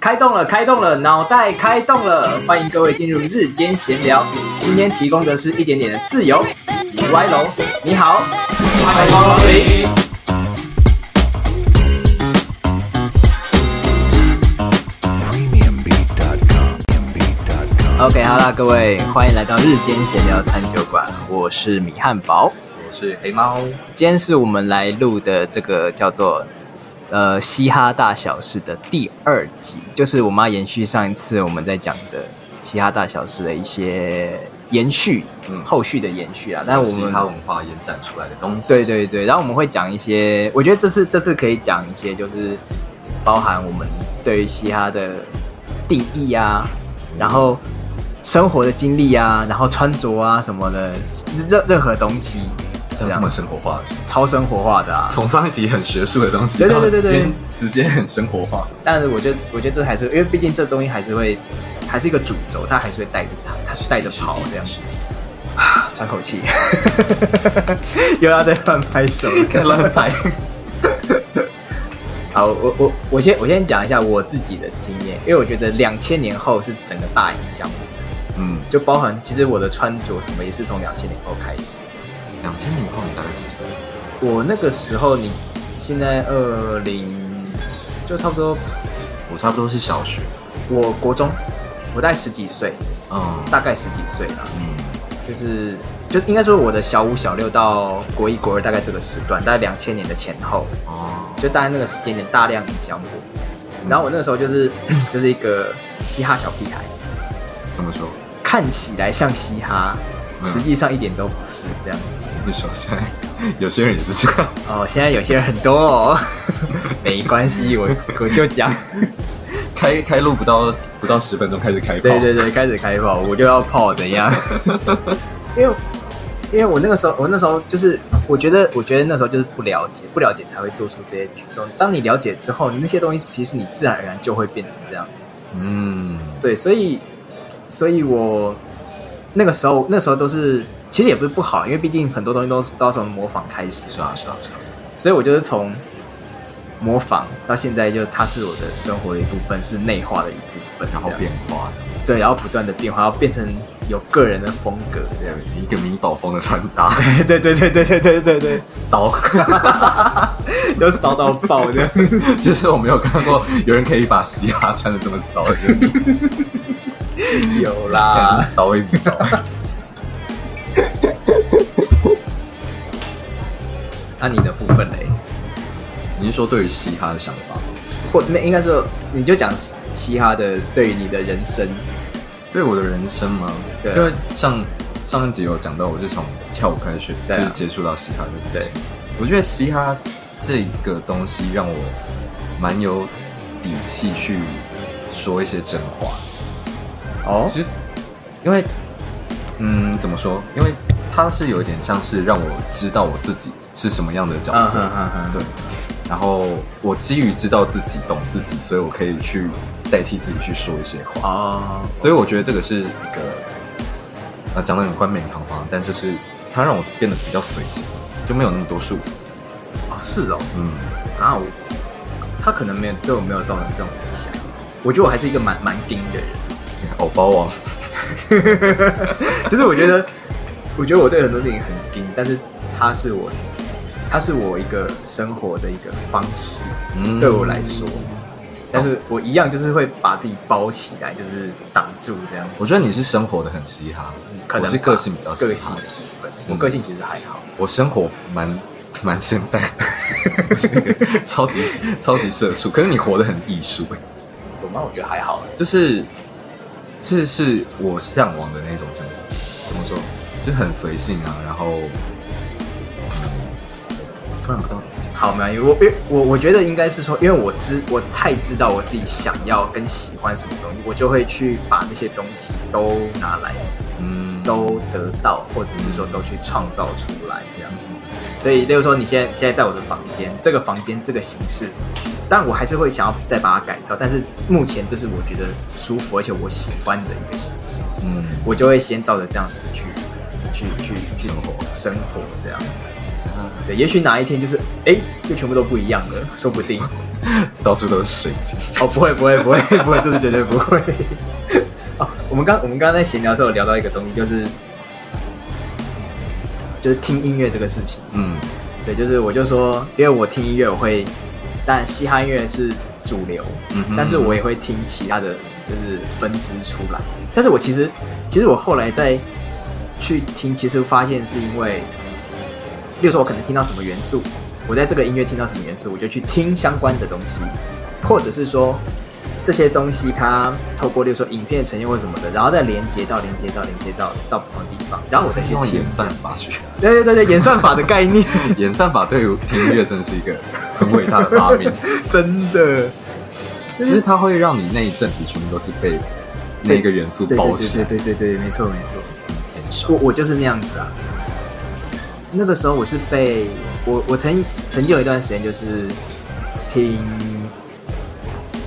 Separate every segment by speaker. Speaker 1: 开动了，开动了，脑袋开动了！欢迎各位进入日间闲聊，今天提供的是一点点的自由以及歪楼。你好，欢迎光临。OK，好啦，各位，欢迎来到日间闲聊餐酒馆，我是米汉堡。
Speaker 2: 我是黑猫，
Speaker 1: 今天是我们来录的这个叫做呃嘻哈大小事的第二集，就是我们要延续上一次我们在讲的嘻哈大小事的一些延续，
Speaker 2: 嗯
Speaker 1: 后续的延续啊。但我
Speaker 2: 是
Speaker 1: 们
Speaker 2: 它文化延展出来的东西。
Speaker 1: 对，对对，然后我们会讲一些，我觉得这次这次可以讲一些，就是包含我们对于嘻哈的定义啊，然后生活的经历啊，然后穿着啊什么的，任任何东西，
Speaker 2: 像
Speaker 1: 这
Speaker 2: 这
Speaker 1: 样
Speaker 2: 么生活化的，
Speaker 1: 超生活化的啊。
Speaker 2: 从上一集很学术的东西，
Speaker 1: 对对对对对
Speaker 2: 到今天直接很生活化。
Speaker 1: 但是我觉得，我觉得这还是因为毕竟这东西还是会，还是一个主轴，它还是会带着它，它带着跑这样子。啊，喘口气， 又要再乱拍手，
Speaker 2: 再乱拍。
Speaker 1: 好，我我我先我先讲一下我自己的经验，因为我觉得两千年后是整个大影响，
Speaker 2: 嗯，
Speaker 1: 就包含其实我的穿着什么也是从两千年后开始。
Speaker 2: 两千年后你大概几岁？
Speaker 1: 我那个时候，你现在二零，就差不多
Speaker 2: 我差不多是小学。
Speaker 1: 我国中，我大概十几岁，
Speaker 2: 嗯
Speaker 1: 大概十几岁啦。
Speaker 2: 嗯，
Speaker 1: 就是就应该说我的小五小六到国一国二大概这个时段，大概两千年的前后，
Speaker 2: 哦，
Speaker 1: 就大概那个时间点大量影响我。然后我那个时候就是就是一个嘻哈小屁孩，
Speaker 2: 怎么说？
Speaker 1: 看起来像嘻哈，
Speaker 2: 嗯
Speaker 1: 实际上一点都不是这样子。
Speaker 2: 你说现在有些人也是这样，
Speaker 1: 哦，现在有些人很多哦， 没关系，我我就讲，
Speaker 2: 开开路不到不到十分钟开始开炮。
Speaker 1: 对对对，开始开炮，我就要炮怎样？ 因为因为我那个时候，我那时候就是，我觉得，我觉得那时候就是不了解，不了解才会做出这些举动。当你了解之后，那些东西其实你自然而然就会变成这样子。
Speaker 2: 嗯，
Speaker 1: 对，所以，所以我那个时候，那时候都是，其实也不是不好，因为毕竟很多东西都是都要从模仿开始。
Speaker 2: 是啊是啊是啊。
Speaker 1: 所以我就是从模仿到现在，就它是我的生活的一部分，是内化的一部分，
Speaker 2: 然后变化，
Speaker 1: 对，然后不断的变化，要变成有个人的风格这样。
Speaker 2: 一个迷倒风的穿搭，
Speaker 1: 对对对对对对对对，
Speaker 2: 骚，
Speaker 1: 都骚到爆这样。
Speaker 2: 就是我没有看过有人可以把嘻哈穿的这么骚，就是 你
Speaker 1: 有 啦，
Speaker 2: 稍微比较。
Speaker 1: 那、你的部分嘞，
Speaker 2: 你是说对于嘻哈的想法吗？
Speaker 1: 或那应该说，你就讲嘻哈的对于你的人生，
Speaker 2: 对我的人生吗？
Speaker 1: 对啊
Speaker 2: 因为上上一集有讲到，我是从跳舞开始学，
Speaker 1: 对啊
Speaker 2: 就是接触到嘻哈这个东西
Speaker 1: 对。
Speaker 2: 我觉得嘻哈这个东西让我蛮有底气去说一些真话。
Speaker 1: 哦
Speaker 2: 其实，因为嗯，怎么说？因为它是有一点像是让我知道我自己是什么样的角
Speaker 1: 嗯
Speaker 2: 色。
Speaker 1: 哼哼哼，
Speaker 2: 对，然后我基于知道自己、懂自己，所以我可以去代替自己去说一些话。
Speaker 1: 哦，
Speaker 2: 所以我觉得这个是一个，呃，讲的很冠冕堂皇，但就是它让我变得比较随性，就没有那么多束缚。
Speaker 1: 哦是哦，
Speaker 2: 嗯，
Speaker 1: 啊，我他可能没有对我没有造成这种影响，我觉得我还是一个蛮蛮丁的人。
Speaker 2: 偶包王，
Speaker 1: 就是我觉得，我觉得我对很多事情很硬，但是它是我，它是我一个生活的一个方式，
Speaker 2: 嗯
Speaker 1: 对我来说。但是我一样就是会把自己包起来，就是挡住这样。
Speaker 2: 我觉得你是生活的很嘻哈，
Speaker 1: 可能
Speaker 2: 我
Speaker 1: 吧
Speaker 2: 是个性比较嗯嘻
Speaker 1: 个
Speaker 2: 哈
Speaker 1: 性
Speaker 2: 的
Speaker 1: 的，部分，我个性其实还好。
Speaker 2: 我生活蛮 蛮现代 的，我是一个超级超级社畜，可是你活得很艺术、欸。
Speaker 1: 我妈我觉得还好，
Speaker 2: 就是是是我向往的那种生活，怎么说？就很随性啊，然后嗯
Speaker 1: 突然不知道怎么讲。好，没关系。我因为我我觉得应该是说，因为我知我太知道我自己想要跟喜欢什么东西，我就会去把那些东西都拿来
Speaker 2: 嗯，
Speaker 1: 都得到，或者是说都去创造出来这样子。所以，例如说，你现在现在在我的房间，这个房间这个形式，但我还是会想要再把它改造。但是目前这是我觉得舒服而且我喜欢的一个形式，
Speaker 2: 嗯，
Speaker 1: 我就会先照着这样子去去去去
Speaker 2: 生活
Speaker 1: 生活这样。对，也许哪一天就是哎，就全部都不一样了，说不定。
Speaker 2: 到处都是水晶。
Speaker 1: 哦，不会，不会，不会，不会，这是绝对不会。哦，我们刚我们刚刚在闲聊的时候有聊到一个东西，就是就是听音乐这个事情。
Speaker 2: 嗯
Speaker 1: 对，就是我就说，因为我听音乐，我会，但嘻哈音乐是主流，
Speaker 2: 嗯哼
Speaker 1: 但是我也会听其他的，就是分支出来。但是我其实，其实我后来再去听，其实发现是因为，例如说我可能听到什么元素，我在这个音乐听到什么元素，我就去听相关的东西，或者是说这些东西它透过例如说影片呈现或什么的，然后再连接到连接到连接到到不同的地方，然后我再去
Speaker 2: 用
Speaker 1: 听
Speaker 2: 演。算法学，
Speaker 1: 对对对对，演算法的概念。
Speaker 2: 演算法对于听音乐真的是一个很伟大的发 明。
Speaker 1: 真的
Speaker 2: 其实它会让你那一阵子全部都是被那个元素包起来，
Speaker 1: 对对对对对，没错没错，
Speaker 2: 很爽。
Speaker 1: 我我就是那样子啊。那个时候我是被我我曾曾经有一段时间就是听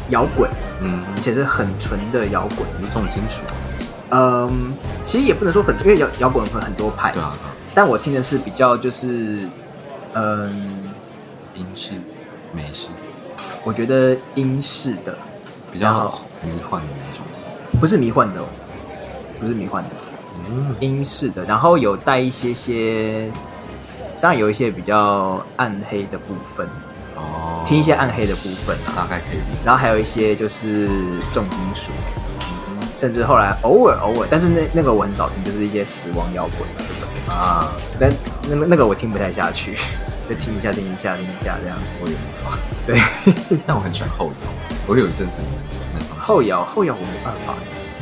Speaker 1: 摇滚，
Speaker 2: 嗯，
Speaker 1: 而且是很纯的摇滚。
Speaker 2: 你是重金属，
Speaker 1: 嗯，其实也不能说很，因为摇摇滚分很多派，
Speaker 2: 对啊，
Speaker 1: 但我听的是比较就是，嗯，
Speaker 2: 英式、美式，
Speaker 1: 我觉得英式的，
Speaker 2: 比
Speaker 1: 然
Speaker 2: 较
Speaker 1: 后
Speaker 2: 迷幻的那种。
Speaker 1: 不是迷幻的、哦，不是迷幻的，
Speaker 2: 嗯，
Speaker 1: 英式的，然后有带一些些，当然有一些比较暗黑的部分，
Speaker 2: 哦，
Speaker 1: 听一些暗黑的部分啊，
Speaker 2: 大概可以理解。
Speaker 1: 然后还有一些就是重金属，
Speaker 2: 嗯
Speaker 1: 甚至后来偶尔偶尔，但是那那个我很少听，就是一些死亡摇滚这种，
Speaker 2: 啊，
Speaker 1: 但那个那个我听不太下去， 就听一下听一下听一下这样，
Speaker 2: 我也无法。
Speaker 1: 对，
Speaker 2: 但我很喜欢后摇，我有一阵子很喜欢那种嗯
Speaker 1: 后摇后摇我没办法，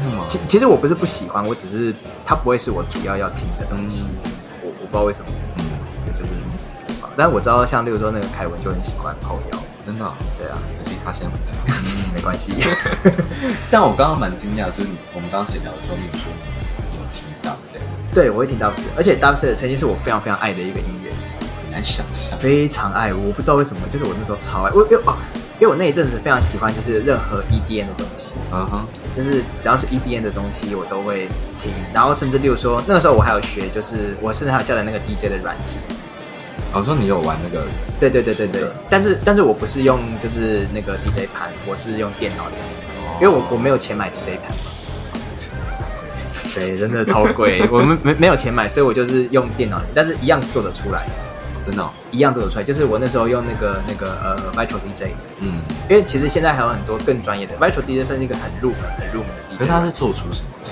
Speaker 2: 那么
Speaker 1: 其其实我不是不喜欢，我只是它不会是我主要要听的东西，我我不知道为什么。
Speaker 2: 嗯，
Speaker 1: 对，就是地方。但我知道，像例如说那个凯文就很喜欢后摇，
Speaker 2: 真的啊，
Speaker 1: 对啊，
Speaker 2: 可惜他现在不在。
Speaker 1: 没关系。
Speaker 2: 但我刚刚蛮惊讶，就是你我们刚刚闲聊的时候，你有说你有听到谁？
Speaker 1: 对，我会听 Dubs，而且 Dubs 曾经是我非常非常爱的一个音乐，
Speaker 2: 很难想象。
Speaker 1: 非常爱，我不知道为什么，就是我那时候超爱，我因为哦，因为我那一阵子非常喜欢，就是任何 EDM 的东西，
Speaker 2: 嗯哼，
Speaker 1: 就是只要是 EDM 的东西我都会听，然后甚至例如说那个时候我还有学，就是我甚至还有下载那个 DJ 的软体，
Speaker 2: 我哦说你有玩那个
Speaker 1: 对对对对对，但是但是我不是用就是那个 DJ 盘，我是用电脑的，因为我我没有钱买 DJ 盘嘛。对，真的超 贵，我们没没有钱买，所以我就是用电脑，但是一样做得出来，
Speaker 2: 真的哦，
Speaker 1: 一样做得出来。就是我那时候用那个那个呃 Virtual DJ，
Speaker 2: 嗯，
Speaker 1: 因为其实现在还有很多更专业的 Virtual DJ，算是一个很入门、很入门的
Speaker 2: 可
Speaker 1: DJ。
Speaker 2: 是他是做出什么？是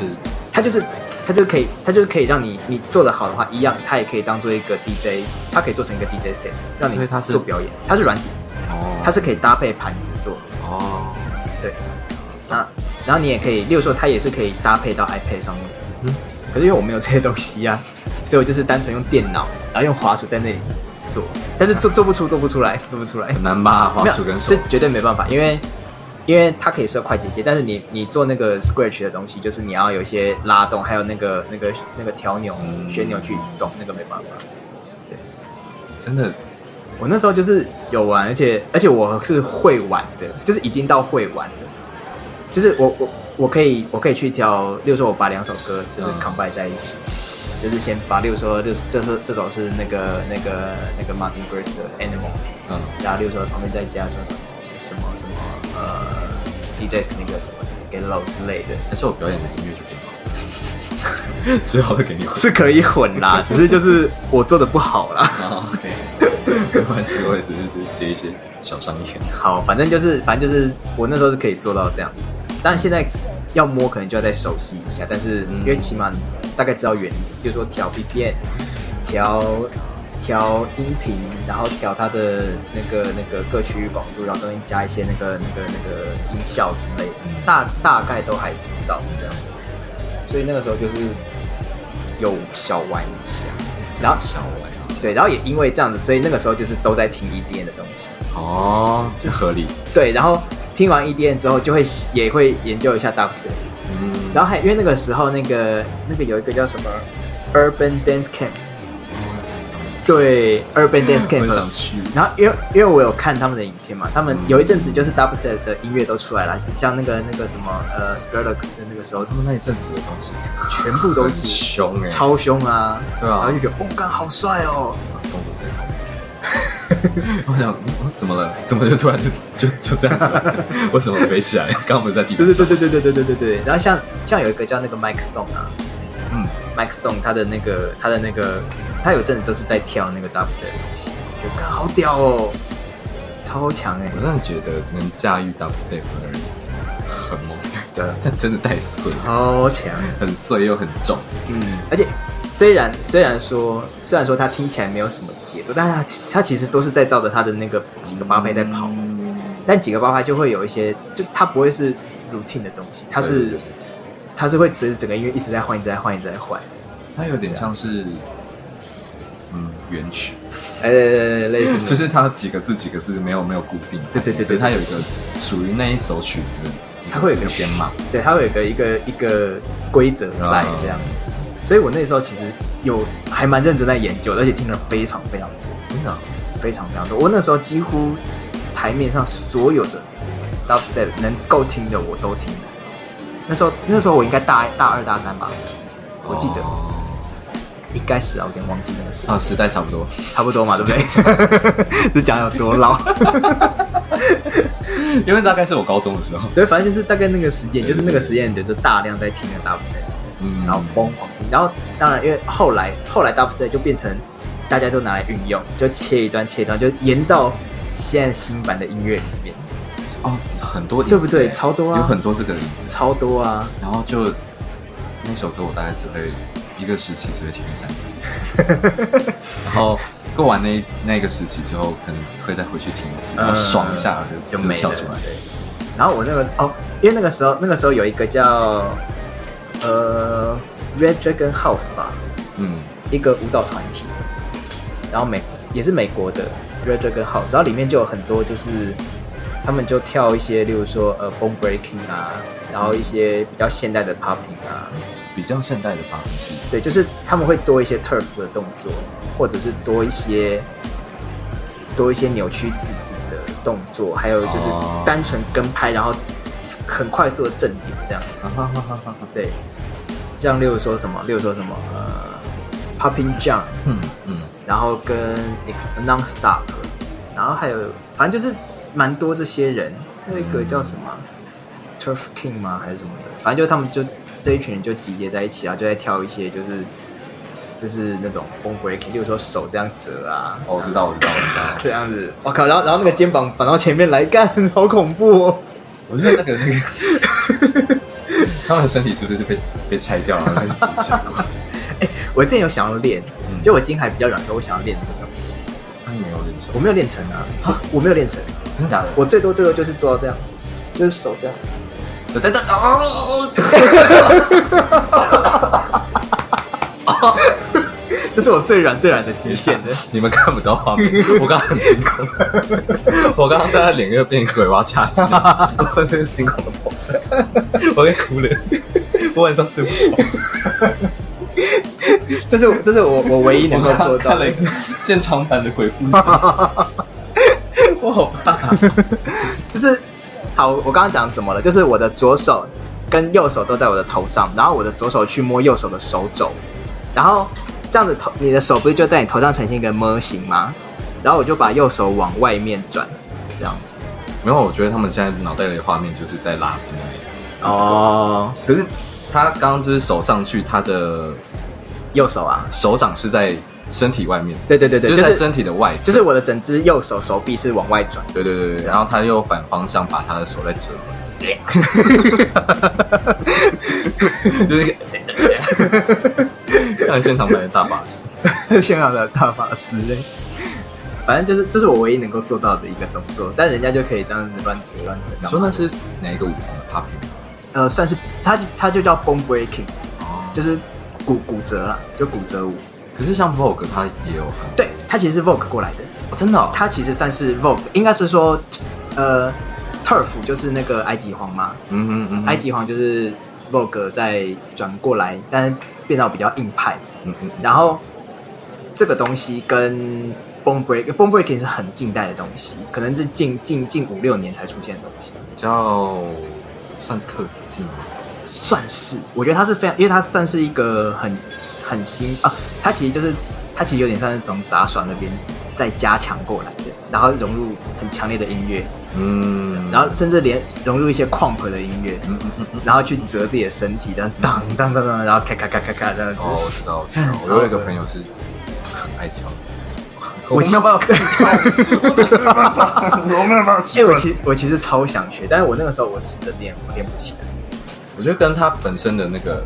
Speaker 1: 它就是它就可以它就是可以让你你做得好的话，一样它也可以当做一个 DJ，它可以做成一个 DJ set，让
Speaker 2: 所
Speaker 1: 你
Speaker 2: 以它是
Speaker 1: 做表演。它是软体，
Speaker 2: 哦，
Speaker 1: 它是可以搭配盘子做的。
Speaker 2: 哦，
Speaker 1: 对，那然后你也可以，例如说它也是可以搭配到 iPad 上面，
Speaker 2: 嗯，
Speaker 1: 可是因为我没有这些东西啊， 所以我就是单纯用电脑，然后用滑鼠在那里做，但是
Speaker 2: 啊
Speaker 1: 做做不出，做不出来，做不出来，
Speaker 2: 很难吧？
Speaker 1: 没
Speaker 2: 花
Speaker 1: 有
Speaker 2: 束嗯跟手
Speaker 1: 是，绝对没办法，因为因为它可以设快捷键，但是你你做那个 Scratch 的东西，就是你要有一些拉动，还有那个那个那个调钮、
Speaker 2: 嗯
Speaker 1: 旋钮去移动，那个没办法。
Speaker 2: 真的
Speaker 1: 我那时候就是有玩，而且而且我是会玩的，就是已经到会玩了，就是我我我可以我可以去挑，例如说我把两首歌就是
Speaker 2: 嗯
Speaker 1: combine 在一起，就是先把，例如说就是这是这首是那个那个那个 Martin Garrix 的 Animal，
Speaker 2: 嗯
Speaker 1: 然后例如说旁边再加上什么什么什么呃 DJ 那个什么什么 Get Low 之类的，
Speaker 2: 还是我表演的音乐就给你 好，只好的给你好。
Speaker 1: 是可以混啦，只是就是我做的不好啦。
Speaker 2: 啊 OK，没关系，我也只是接一些小商业。
Speaker 1: 好，反正就是，反正就是我那时候是可以做到这样子。当然现在要摸，可能就要再熟悉一下，但是
Speaker 2: 嗯
Speaker 1: 因为起码大概知道原理，比如说调 BPM，调调音频，然后调它的那个那个各区域广度，然后中间加一些那个那个那个音效之类的，
Speaker 2: 嗯
Speaker 1: 大大概都还知道这样。所以那个时候就是有小玩一下，然后
Speaker 2: 小玩啊
Speaker 1: 对，然后也因为这样子，所以那个时候就是都在听 EDM 的东西。
Speaker 2: 哦，这合理。
Speaker 1: 对，然后听完 EDM 之后，就会也会研究一下 dubstep，
Speaker 2: 嗯，
Speaker 1: 然后还因为那个时候那个那个有一个叫什么 Urban Dance Camp，对，Urban Dance
Speaker 2: 我很
Speaker 1: Camp
Speaker 2: 想。去。
Speaker 1: 然后因为因为我有看他们的影片嘛，他们
Speaker 2: 嗯
Speaker 1: 有一阵子就是 dubstep 的音乐都出来了，像那个那个什么呃 s p i r l u x 的那个时候
Speaker 2: 他，们那一阵子的东西
Speaker 1: 全部都是
Speaker 2: 很凶哎，
Speaker 1: 超凶啊，
Speaker 2: 对啊
Speaker 1: 然后就觉得哦，干好帅哦，
Speaker 2: 动作实在超明显。 我想嗯怎么了？怎么就突然就就就这样子了？ 为什么飞起来？刚刚不是在地
Speaker 1: 对
Speaker 2: 板
Speaker 1: 对
Speaker 2: 上？
Speaker 1: 对对对对对对对。然后像像有一个叫那个 Mike Song 啊
Speaker 2: 嗯，
Speaker 1: ，Mike Song 他的那个他的那个他有阵子都是在跳那个 dubstep 的东西，就看好屌哦，超强哎、
Speaker 2: 我真的觉得能驾驭 dubstep 的人很猛，
Speaker 1: 对，
Speaker 2: 但真的欸太碎，
Speaker 1: 超强。
Speaker 2: 很碎又很重。
Speaker 1: 嗯，而且虽然虽然说虽然说他听起来没有什么节奏，但是他他其实都是在照着他的那个几个八拍在跑，
Speaker 2: 嗯
Speaker 1: 但几个八拍就会有一些，就它不会是 routine 的东西，它
Speaker 2: 对对
Speaker 1: 是
Speaker 2: 对
Speaker 1: 它是会随着整个音乐一直在换，一直在换，一直在 换，
Speaker 2: 它有点像是嗯原曲，
Speaker 1: 呃，类似
Speaker 2: 就
Speaker 1: 就是
Speaker 2: 是它几个字几个字没有没有固定的，
Speaker 1: 对对对对
Speaker 2: 可是它有一个属于那一首曲子的一个，
Speaker 1: 它会有一
Speaker 2: 一
Speaker 1: 个
Speaker 2: 个编码，，
Speaker 1: 对，它会有一个一个一个规则在
Speaker 2: 嗯
Speaker 1: 这样子，所以我那时候其实有还蛮认真在研究，而且听了非常非常多。
Speaker 2: 真的啊
Speaker 1: 非常非常多。我那时候几乎台面上所有的 dubstep 能够听的我都听了。那时候那时候我应该大大二大三吧，我记得、
Speaker 2: 哦
Speaker 1: 应该是啊，我有点忘记那个时候，
Speaker 2: 啊，时代差不多，
Speaker 1: 差不多嘛，对不对？这讲有多老？
Speaker 2: 因为大概是我高中的时候，
Speaker 1: 对，反正就是大概那个时间，就是那个时间点，就大量在听的 dubstep，
Speaker 2: 嗯
Speaker 1: 然后疯狂听。然后当然，因为后来后来 dubstep 就变成大家都拿来运用，就切一段切一段，就延到现在新版的音乐里面，
Speaker 2: 哦，很多影子
Speaker 1: 对不对
Speaker 2: 欸
Speaker 1: 超多啊
Speaker 2: 有很多这个影子，
Speaker 1: 超多啊！
Speaker 2: 然后就那首歌我大概只会一个时期只会听个三次， 然后过完那那个时期之后，可能会再回去听一次，然后爽一下就
Speaker 1: 嗯呃就没
Speaker 2: 跳出来
Speaker 1: 了。对然后我那个哦，因为那个时候那个时候有一个叫呃 Red Dragon House 吧，
Speaker 2: 嗯，
Speaker 1: 一个舞蹈团体，然后美也是美国的 Red Dragon House，然后里面就有很多就是他们就跳一些，例如说呃 Bone Breaking 啊，然后一些比较现代的 Popping 啊，
Speaker 2: 比较现代的吧，是
Speaker 1: 对，就是他们会多一些 turf 的动作，或者是多一些多一些扭曲自己的动作，还有就是
Speaker 2: 哦
Speaker 1: 单纯跟拍，然后很快速的正点这样子。
Speaker 2: 啊哈哈哈哈哈。
Speaker 1: 对，像例如说什么，例如说什么呃，popping jump，
Speaker 2: 嗯嗯，
Speaker 1: 然后跟 non stop，然后还有反正就是蛮多这些人，那个叫什么、turf king 吗还是什么的，反正就他们就这一群人就集结在一起啊，就在跳一些就是就是那种 b o m breaking，例如说手这样折啊，
Speaker 2: 哦，我知道，我知道，我知道。
Speaker 1: 这样子，我靠，然后然后那个肩膀反到前面来干， 好恐怖哦！
Speaker 2: 我觉得那个那个，他们的身体是不是被被拆掉了，还是组起来过？
Speaker 1: 我之前有想要练，
Speaker 2: 嗯
Speaker 1: 就我筋还比较软的时候，我想要练这个东西，
Speaker 2: 他没有练成
Speaker 1: 我，没有练成啊， 我没有练成，
Speaker 2: 真的假的？
Speaker 1: 我最多最多就是做到这样子，就是手这样。
Speaker 2: 等等等哦，
Speaker 1: 这是我最软最软的极 限的。
Speaker 2: 你们看不到画面，我刚刚很惊恐，我刚刚大家脸又变鬼娃叉子，我真的惊恐的跑出来，我要哭了，我晚上睡不着。
Speaker 1: 这是这是我我唯一能够做
Speaker 2: 我刚刚
Speaker 1: 到
Speaker 2: 看了
Speaker 1: 的
Speaker 2: 一。个现场版的鬼故事，我好怕。
Speaker 1: 就是好，我刚刚讲怎么了？就是我的左手跟右手都在我的头上，然后我的左手去摸右手的手肘，然后这样子头你的手不是就在你头上呈现一个么形吗？然后我就把右手往外面转，这样子。
Speaker 2: 没有，我觉得他们现在脑袋里的画面就是在拉筋而已。
Speaker 1: 哦，
Speaker 2: 可是他刚刚就是手上去，他的
Speaker 1: 右手啊，
Speaker 2: 手掌是在身体外面，
Speaker 1: 对对对对，
Speaker 2: 就
Speaker 1: 就是
Speaker 2: 在
Speaker 1: 是
Speaker 2: 身体的外
Speaker 1: 就
Speaker 2: 侧。
Speaker 1: 是我的整只右手手臂是往外转。
Speaker 2: 对对对对，然后他又反方向把他的手再折回来， 就是一个 看现场版的大法 师。
Speaker 1: 香港的大法师嘞。反正就是这是我唯一能够做到的一个动作，但人家就可以这样子乱折乱折。
Speaker 2: 你说那是哪一个舞风的 popping？
Speaker 1: 呃，算是它它就叫 bone breaking，
Speaker 2: 哦，
Speaker 1: 就是是骨骨折啦，就骨折舞。
Speaker 2: 可是像 Vogue 他也有很
Speaker 1: 对，它其实是 Vogue 过来的，
Speaker 2: 哦真的哦
Speaker 1: 它其实算是 Vogue，应该是说呃 turf 就是那个埃及皇嘛，
Speaker 2: 嗯嗯嗯，
Speaker 1: 埃及皇就是 Vogue 再转过来，但是变到比较硬派。
Speaker 2: 嗯嗯嗯
Speaker 1: 然后这个东西跟 bone break，bone breaking 是很近代的东西，可能是近近近五六年才出现的东西，
Speaker 2: 比较算特技吗，
Speaker 1: 算是我觉得它是非常，因为它算是一个很很新啊，它其实就是它其实有点像那种杂耍那边再加强过来的，然后融入很强烈的音乐，
Speaker 2: 嗯，
Speaker 1: 然后甚至连融入一些 crump 的音乐，
Speaker 2: 嗯嗯嗯嗯，
Speaker 1: 然后去折自己的身体，然后当当当当，然后咔咔咔咔咔这样子。
Speaker 2: 哦，我知道，我知
Speaker 1: 这
Speaker 2: 道
Speaker 1: 很，
Speaker 2: 我有一个
Speaker 1: 糟糕
Speaker 2: 朋友是很爱跳，
Speaker 1: 我其实
Speaker 2: 办法看跳，我没有办法
Speaker 1: 哎、我其我其实超想学，但是我那个时候我试着练，我练不起来。
Speaker 2: 我觉得跟他本身的那个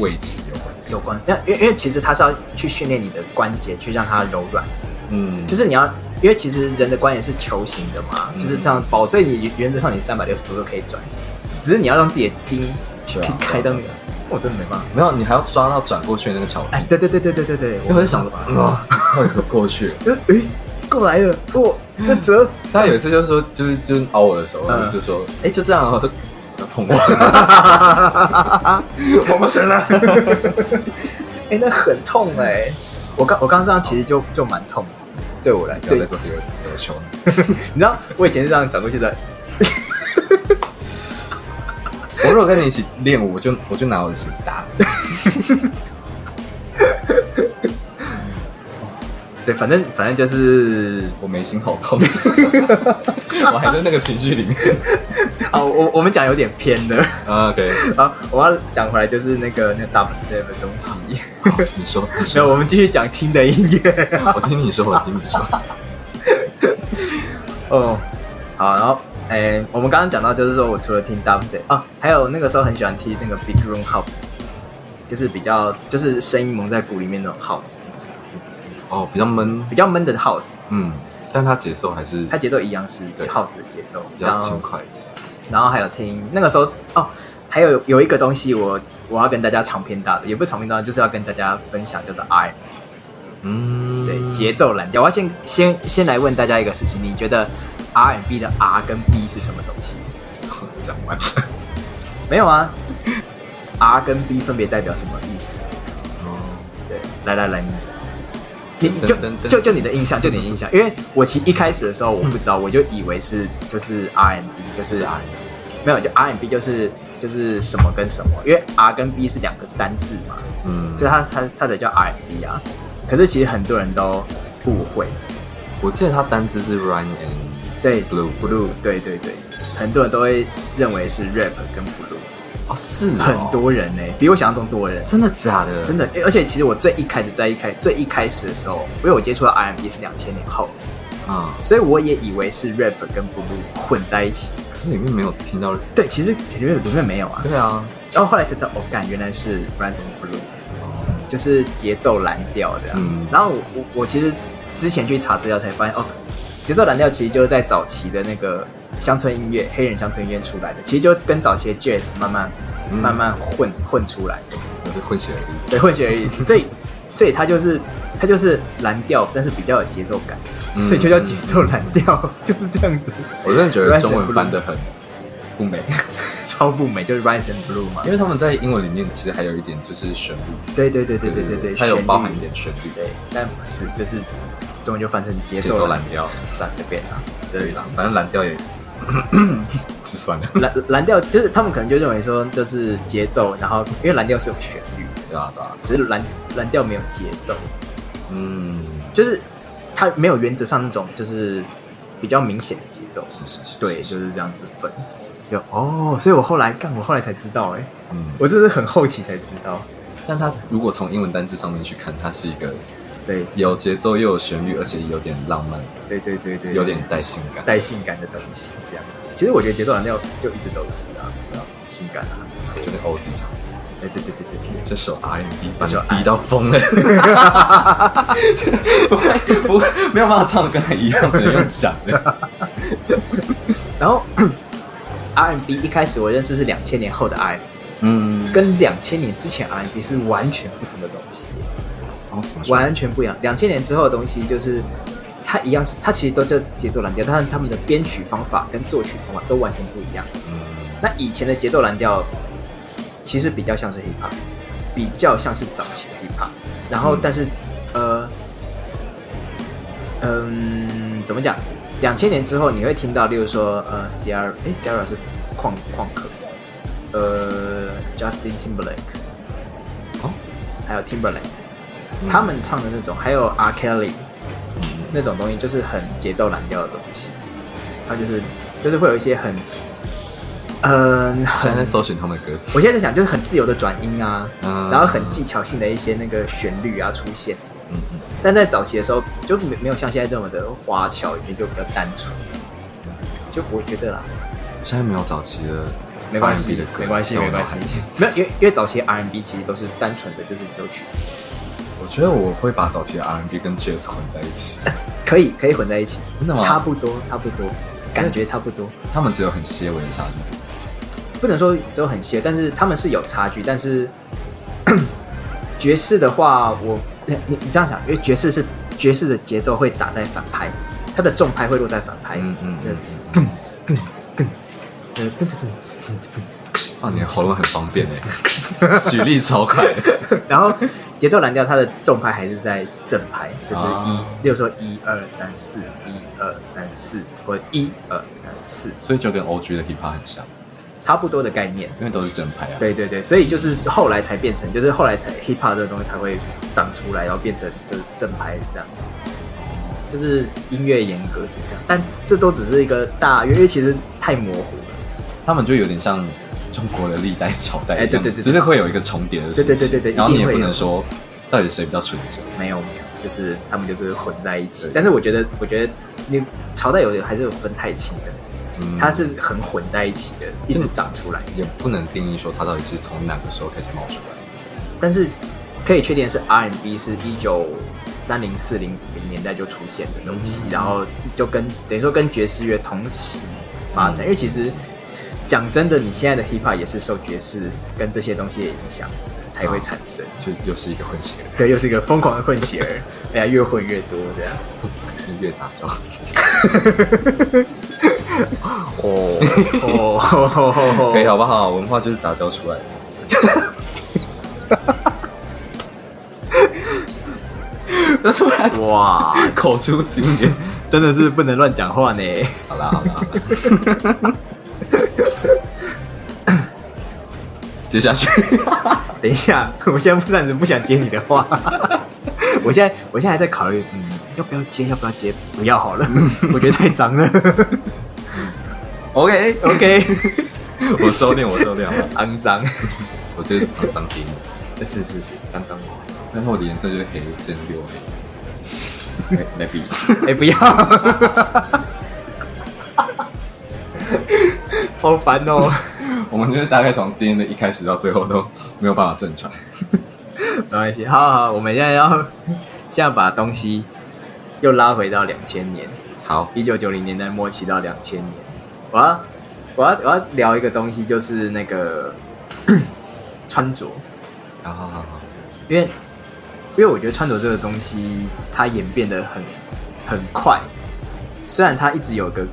Speaker 2: 位置有关系
Speaker 1: 有，关，因为因为因为其实它是要去训练你的关节，去让它柔软。
Speaker 2: 嗯，
Speaker 1: 就是你要，因为其实人的关节是球形的嘛，
Speaker 2: 嗯
Speaker 1: 就是这样包，所以你原则上你三百六十度都可以转，只是你要让自己的筋去
Speaker 2: 对啊
Speaker 1: 开到那个，我真的没办法。
Speaker 2: 没有，你还要抓到转过去的那个巧
Speaker 1: 哎
Speaker 2: 劲，，
Speaker 1: 对对对对对对对，
Speaker 2: 就会想说，啊嗯
Speaker 1: 哇，
Speaker 2: 哇，到底怎么过去？
Speaker 1: 就是哎，过来了，哦，这折，
Speaker 2: 他有一次就说，就是就是凹我的时候，
Speaker 1: 嗯
Speaker 2: 就说，哎，就这样啊，我说不要碰我， 我不行了。
Speaker 1: 哎，那很痛哎。我刚我刚这样其实就就蛮痛的，对我来
Speaker 2: 不
Speaker 1: 讲，
Speaker 2: 要再
Speaker 1: 对
Speaker 2: 做第二次，我求你。
Speaker 1: 你知道我以前是这样转过去的，
Speaker 2: 我如果跟你一起练舞，我就我就拿我的鞋打你。
Speaker 1: 对，反正反正就是
Speaker 2: 我眉心好 痛，我还在那个情绪里面。
Speaker 1: 啊，我我们讲有点偏了。
Speaker 2: 啊 OK，
Speaker 1: 好，我要讲回来就是那个那个 dubstep 的东西。
Speaker 2: 好哦你说，你
Speaker 1: 那
Speaker 2: 说，
Speaker 1: 我们继续讲听的音乐。
Speaker 2: 我听你说，我听你说。
Speaker 1: 哦，好，然后诶、我们刚刚讲到就是说我除了听 dubstep 啊，还有那个时候很喜欢听那个 big room house，就是比较就是声音蒙在鼓里面那种 house，
Speaker 2: 哦，比较闷，
Speaker 1: 比较闷的 house，
Speaker 2: 嗯，但它节奏还是
Speaker 1: 它
Speaker 2: 比
Speaker 1: 节奏一样是
Speaker 2: 对
Speaker 1: house 的节奏，然
Speaker 2: 较
Speaker 1: 后
Speaker 2: 轻快一点。
Speaker 1: 然后还有听那个时候哦，还有有一个东西我我要跟大家长篇大论，也不是长篇大论，就是要跟大家分享，叫做 I。
Speaker 2: 嗯，
Speaker 1: 对，节奏蓝调。我要先先先来问大家一个事情，你觉得 R&B 的 R 跟 B 是什么东西？
Speaker 2: 讲完了。
Speaker 1: 没有啊，R 跟 B 分别代表什么意思？
Speaker 2: 哦，
Speaker 1: 对，来来来，你你
Speaker 2: 噔
Speaker 1: 就
Speaker 2: 噔噔嗯
Speaker 1: 就就你的印象，就你的印象，因为我其实一开始的时候我不知道，我就以为是就是 R&B，就
Speaker 2: 就是是 R，
Speaker 1: 没有就 R&B 就是就是什么跟什么，因为 R 跟 B 是两个单字嘛，
Speaker 2: 嗯，
Speaker 1: 所以它它它才叫 R&B 啊。可是其实很多人都误会，
Speaker 2: 我记得它单字是 Run and
Speaker 1: 对
Speaker 2: Blue
Speaker 1: blue，对对对，很多人都会认为是 rap 跟 blue，
Speaker 2: 哦，是哦
Speaker 1: 很，多人呢、比我想象中多人，
Speaker 2: 真的假的？
Speaker 1: 真的。诶而且其实我最一开始在一开最一开始的时候，因为我接触到 R&B 是两千年后，
Speaker 2: 啊，
Speaker 1: 所以我也以为是 rap 跟 blue 混在一起。
Speaker 2: 可是里面没有听到。
Speaker 1: 对，其实里面里面没有啊。
Speaker 2: 对啊，
Speaker 1: 然后后来才知道，哦，干原来是 rap 跟 blue，
Speaker 2: 哦
Speaker 1: 就是节奏蓝调的、
Speaker 2: 嗯
Speaker 1: 然后我我我其实之前去查资料才发现，哦，节奏蓝调其实就是在早期的那个乡村音乐、黑人乡村音乐出来的，其实就跟早期的 jazz 慢慢、
Speaker 2: 嗯
Speaker 1: 慢慢混混出来的，
Speaker 2: 我就混血的意思。
Speaker 1: 对，混血而已。所以，所以它就是它就是蓝调，但是比较有节奏感，
Speaker 2: 嗯
Speaker 1: 所以就叫节奏蓝调， 就是这样子，
Speaker 2: 我真的觉得中文翻的很不美，
Speaker 1: 超不美，就是 rise and blue 嘛
Speaker 2: 因。为他们在英文里面其实还有一点就是旋律，
Speaker 1: 对对对对对对对，
Speaker 2: 它有
Speaker 1: 旋律
Speaker 2: 包含一点旋律，
Speaker 1: 对，但不是，就是中文就翻成节
Speaker 2: 节奏
Speaker 1: 奏
Speaker 2: 蓝
Speaker 1: 蓝，
Speaker 2: 调，
Speaker 1: 算随便啦，
Speaker 2: 对
Speaker 1: 对
Speaker 2: 啦，反正蓝 调也是算了，
Speaker 1: 蓝蓝调就是他们可能就认为说，就是节奏，然后因为蓝调是有旋律，
Speaker 2: 对啊对啊，
Speaker 1: 只是蓝蓝调没有节奏，
Speaker 2: 嗯，
Speaker 1: 就是它没有原则上那种就是比较明显的节奏。
Speaker 2: 是是是，
Speaker 1: 对，
Speaker 2: 是是
Speaker 1: 就是这样子分。就哦，所以我后来干，我后来才知道、哎，
Speaker 2: 嗯，
Speaker 1: 我这是很后期才知道。
Speaker 2: 但它如果从英文单字上面去看，它是一个
Speaker 1: 对，
Speaker 2: 有节奏又有旋律，而且有点浪漫，
Speaker 1: 对对对对，
Speaker 2: 有点带性感，
Speaker 1: 带性感的东西这样。其实我觉得节奏蓝调就一直都是啊，对啊性感啊，不错
Speaker 2: 就。跟 OZ 讲，
Speaker 1: 对对对对对
Speaker 2: 这首 R&B 把
Speaker 1: 这首
Speaker 2: 你逼到疯了，不会不会没有办法唱的跟他一样，只能用讲的，
Speaker 1: 对。然后 R&B 一开始我认识是两千年后的 R&B，
Speaker 2: 嗯，
Speaker 1: 跟两千年之前 R&B 是完全不同的东西。
Speaker 2: 哦怎么说
Speaker 1: 完全不一样。两千年之后的东西就是，它一样是，它其实都叫节奏蓝调，但是他们的编曲方法跟作曲方法都完全不一样。
Speaker 2: 嗯，
Speaker 1: 那以前的节奏蓝调，其实比较像是 hip hop，比较像是早期的 hip hop，然后
Speaker 2: 嗯
Speaker 1: 但是、呃，嗯，怎么讲？两千年之后你会听到，例如说呃，Sierra，哎，Sierra 是旷旷课，呃，Justin Timberlake，
Speaker 2: 哦
Speaker 1: 还有 Timberlake。
Speaker 2: 嗯
Speaker 1: 他们唱的那种，还有 R Kelly，
Speaker 2: 嗯
Speaker 1: 那种东西就是很节奏蓝调的东西，它就是就是会有一些很，嗯、
Speaker 2: 我现在在
Speaker 1: 很，
Speaker 2: 搜寻他们的歌，
Speaker 1: 我现在在想就是很自由的转音啊，
Speaker 2: 嗯
Speaker 1: 然后很技巧性的一些那个旋律啊出现，
Speaker 2: 嗯嗯，
Speaker 1: 但在早期的时候就没没有像现在这么的花巧，也就比较单纯，就我觉得啦，
Speaker 2: 现在没有早期的
Speaker 1: 没关
Speaker 2: R&B
Speaker 1: 系
Speaker 2: 的歌，
Speaker 1: 没关系，
Speaker 2: 但
Speaker 1: 没
Speaker 2: 我
Speaker 1: 关
Speaker 2: 脑
Speaker 1: 系
Speaker 2: 海里，
Speaker 1: 没有，因为因为早期 R&B 其实都是单纯的就是只有曲子，
Speaker 2: 我觉得我会把早期的 R&B 跟 Jazz 混在一起，
Speaker 1: 可以可以混在一起，
Speaker 2: 真的吗
Speaker 1: 差不多差不多，感觉差不多。
Speaker 2: 他们只有很些微的差距。
Speaker 1: 不能说只有很些，但是他们是有差距。但是 爵士的话，我你你你这样想，因为爵士是爵士的节奏会打在反拍，它的重拍会落在反拍。
Speaker 2: 嗯嗯嗯
Speaker 1: 就是噔噔噔噔噔噔噔噔噔
Speaker 2: 哇，你的喉咙很方便哎，举例超快。
Speaker 1: 噔然后节奏蓝调，它的重拍还是在正拍，就是一
Speaker 2: 啊，
Speaker 1: 例如说一二三四，一二三四，或者一二三四，
Speaker 2: 所以就跟 OG 的 hip hop 很像，
Speaker 1: 差不多的概念。
Speaker 2: 因为都是正拍啊。
Speaker 1: 对对对，所以就是后来才变成，就是后来才 hip hop 这个东西才会长出来，然后变成就是正牌这样子，就是音乐严格是这样，但这都只是一个大约，因为其实太模糊了。
Speaker 2: 他们就有点像中国的历代朝代一
Speaker 1: 哎
Speaker 2: 样，
Speaker 1: 对对对对
Speaker 2: 就是会有一个重叠的事情。
Speaker 1: 对对对对对
Speaker 2: 然后你也不
Speaker 1: 一定会
Speaker 2: 能
Speaker 1: 有
Speaker 2: 说到底谁比较纯正。
Speaker 1: 没有没有，就是他们就是混在一起
Speaker 2: 对。
Speaker 1: 但是我觉得，我觉得你朝代有还是有分太清的，
Speaker 2: 嗯，
Speaker 1: 它是很混在一起的，一直长出来。
Speaker 2: 也不能定义说它到底是从哪个时候开始冒出来
Speaker 1: 但是可以确定的是 R&B 是一九三零四零零年代就出现的东西，
Speaker 2: 嗯
Speaker 1: 然后就跟等于说跟爵士乐同时发展，因为其实讲真的，你现在的 hip hop 也是受爵士跟这些东西的影响才会产生。
Speaker 2: 的，就又是一个混血儿
Speaker 1: 对，又是一个疯狂的混血儿， 哎呀，越混越多这样。
Speaker 2: 音乐杂交。
Speaker 1: 哦 哦
Speaker 2: 可以好不好？文化就是杂交出来的。那突然
Speaker 1: 哇，
Speaker 2: 口出经典，
Speaker 1: 真的是不能乱讲话呢。
Speaker 2: 好啦好啦好啦，接下去，
Speaker 1: 等一下， 我现在暂时不想接你的话。 我现在我现在还在考虑，嗯，要不要接，要不要接，不要 好了，我觉得太脏了。
Speaker 2: OK，
Speaker 1: OK，
Speaker 2: 我收敛我收敛，好吧
Speaker 1: 肮脏，
Speaker 2: 我就是脏脏听，
Speaker 1: 是是是，刚刚
Speaker 2: 但是我的颜色就是黑，深黝黑。没没比，
Speaker 1: 哎、不要， 好烦哦，
Speaker 2: 我们就是大概从今天的一开始到最后都没有办法正常。
Speaker 1: 没关系，好好好，我们现在要现在把东西又拉回到两千年，
Speaker 2: 好，
Speaker 1: 一九九零年代末期到两千年，我要我要我要聊一个东西，就是那个 穿着。
Speaker 2: 好好好好，
Speaker 1: 因为因为我觉得穿着这个东西，它演变得很很快。虽然它一直有个，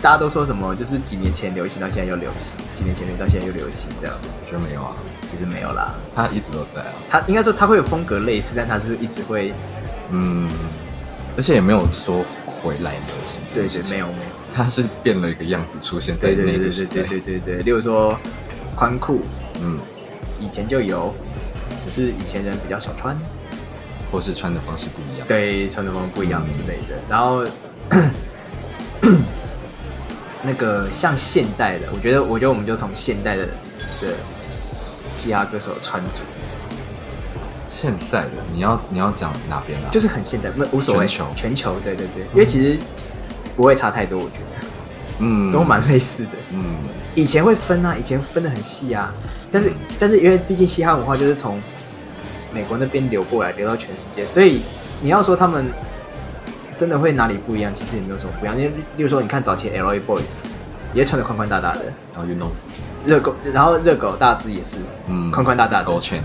Speaker 1: 大家都说什么，就是几年前流行到现在又流行，几年前流行到现在又流行这样，
Speaker 2: 我觉得没有啊，
Speaker 1: 其实没有啦。
Speaker 2: 他一直都在啊。
Speaker 1: 它应该说它会有风格类似，但它是一直会，
Speaker 2: 嗯，而且也没有说回来流行这
Speaker 1: 对
Speaker 2: 件事
Speaker 1: 对，没
Speaker 2: 情，
Speaker 1: 有没有，
Speaker 2: 它是变了一个样子出现在
Speaker 1: 对对
Speaker 2: 那
Speaker 1: 对
Speaker 2: 个
Speaker 1: 对
Speaker 2: 时
Speaker 1: 对
Speaker 2: 代，
Speaker 1: 对对对对。例如说宽裤，
Speaker 2: 嗯，
Speaker 1: 以前就有，只是以前人比较少穿，
Speaker 2: 或是穿的方式不一样，，
Speaker 1: 对，穿着风格不一样之类的。然后 那个像现代的，我觉得，我觉得我们就从现代的的嘻哈歌手穿着，
Speaker 2: 现在的你要你要讲哪边啊？
Speaker 1: 就是是很现代，没无所谓，
Speaker 2: 全球
Speaker 1: 全球，对对对，因为其实不会差太多，我觉得
Speaker 2: 嗯
Speaker 1: 都蛮类似的。
Speaker 2: 嗯
Speaker 1: 以前会分啊，以前分的很细啊，但是但是因为毕竟嘻哈文化就是从美国那边流过来，流到全世界，所以你要说他们真的会哪里不一样，其实也没有什么不一样。因为例如说，你看早期 L A Boys 也穿的宽宽大大的，
Speaker 2: 然后运动服，
Speaker 1: 热狗，然后热狗大致也是，
Speaker 2: 嗯
Speaker 1: 宽宽大大的
Speaker 2: 勾芡，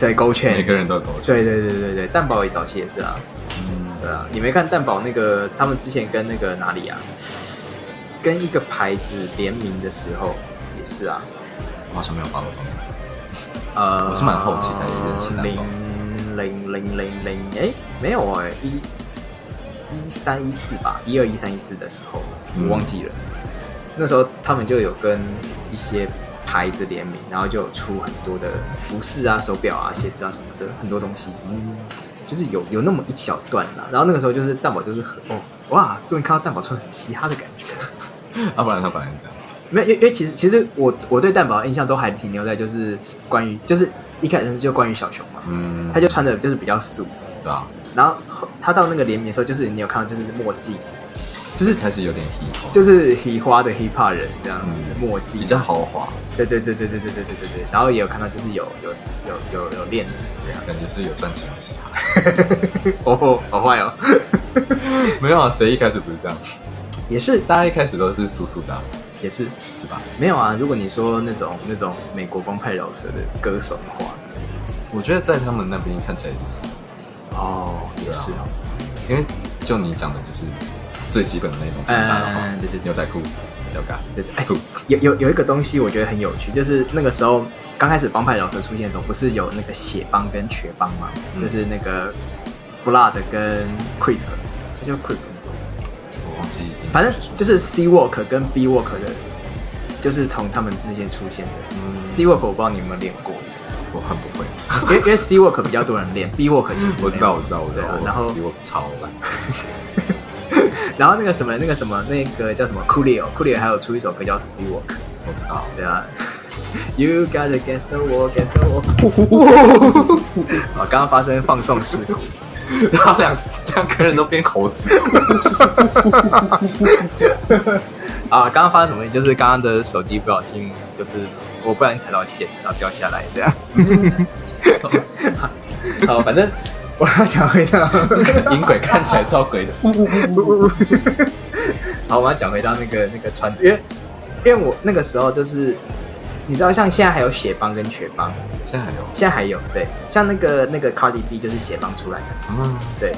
Speaker 1: 对，勾芡，
Speaker 2: 每个人都有勾芡，
Speaker 1: 对对对对对，蛋堡也早期也是啦，
Speaker 2: 嗯，
Speaker 1: 对啊，你没看蛋堡那个他们之前跟那个哪里啊，跟一个牌子联名的时候也是啊，
Speaker 2: 我好像没有发过东西，
Speaker 1: 呃，
Speaker 2: 我是蛮好奇才认识蛋堡
Speaker 1: 零零零零零，哎，没有哎、一一三一四吧，一二一三一四的时候，
Speaker 2: 嗯
Speaker 1: 我忘记了。那时候他们就有跟一些牌子联名，然后就有出很多的服饰啊、手表啊、鞋子啊什么的很多东西，
Speaker 2: 嗯，
Speaker 1: 就是有有那么一小段啦。然后那个时候就是蛋堡就是很哦哇，突然看到蛋堡穿很嘻哈的感觉。
Speaker 2: 要、不然他本来是这样，
Speaker 1: 没有，因为因为其实其实我我对蛋堡的印象都还停留在就是关于就是一开始就关于小熊嘛，
Speaker 2: 嗯，
Speaker 1: 他就穿的就是比较素，
Speaker 2: 对吧、
Speaker 1: 然后后他到那个联名的时候，就是你有看到就是墨镜，就是
Speaker 2: 开始有点 hip，
Speaker 1: 就是是黑花的黑怕人这样子
Speaker 2: 嗯
Speaker 1: 墨镜
Speaker 2: 比较豪华，
Speaker 1: 对对对对对对对对对对，然后也有看到就是有有有有有链子这样，
Speaker 2: 感觉是有赚钱的嘻哈。
Speaker 1: 哦，好坏哦，
Speaker 2: 没有啊，谁一开始不是这样？
Speaker 1: 也是
Speaker 2: 大家一开始都是素素的啊、
Speaker 1: 也是
Speaker 2: 是吧？
Speaker 1: 没有啊。如果你说那种那种美国帮派饶舌的歌手的话，
Speaker 2: 我觉得在他们那边看起来就是，
Speaker 1: 哦，
Speaker 2: 啊
Speaker 1: 也是哦，
Speaker 2: 因为就你讲的就是最基本的那种穿搭的话，
Speaker 1: 嗯，对对对
Speaker 2: 啊牛仔裤、吊嘎、
Speaker 1: 对对，哎
Speaker 2: 素，
Speaker 1: 有有有一个东西我觉得很有趣，就是那个时候刚开始帮派饶舌出现的时候，不是有那个血帮跟瘸帮嘛，
Speaker 2: 嗯
Speaker 1: 就是那个 Blood 跟 Creep，这叫 Creep 吗
Speaker 2: 我忘记英文是什么，
Speaker 1: 反正就是 C Walk 跟 B Walk 的，就是从他们那些出现的。
Speaker 2: 嗯
Speaker 1: C Walk 我不知道你有没有练过，
Speaker 2: 我很不会。
Speaker 1: 因为因为 C Walk 比较多人练，B Walk 其实没有
Speaker 2: 我知道，我知道，我知
Speaker 1: 对
Speaker 2: 道
Speaker 1: 啊。
Speaker 2: 我
Speaker 1: 然后
Speaker 2: 比我超烂，
Speaker 1: 然后那个什么那个什么那个叫什么 Coolio Coolio 还有出一首歌叫 C Walk，
Speaker 2: 我知道。
Speaker 1: 对啊。You gotta get the wall, get the wall。啊，刚刚发生放送事故。
Speaker 2: 然后两两个人都变猴子，
Speaker 1: 啊，刚刚发生什么？就是刚刚的手机不小心，就是我不小心踩到线，然后掉下来这样。 好，反正我要讲回到，
Speaker 2: 银鬼看起来超鬼的。
Speaker 1: 好，我要讲回到那个那个穿，因为因为我那个时候就是，你知道，像现在还有血帮跟瘸帮，
Speaker 2: 现在还有，
Speaker 1: 现在还有对，像那个那个 Cardi B 就是血帮出来的，
Speaker 2: 嗯
Speaker 1: 对。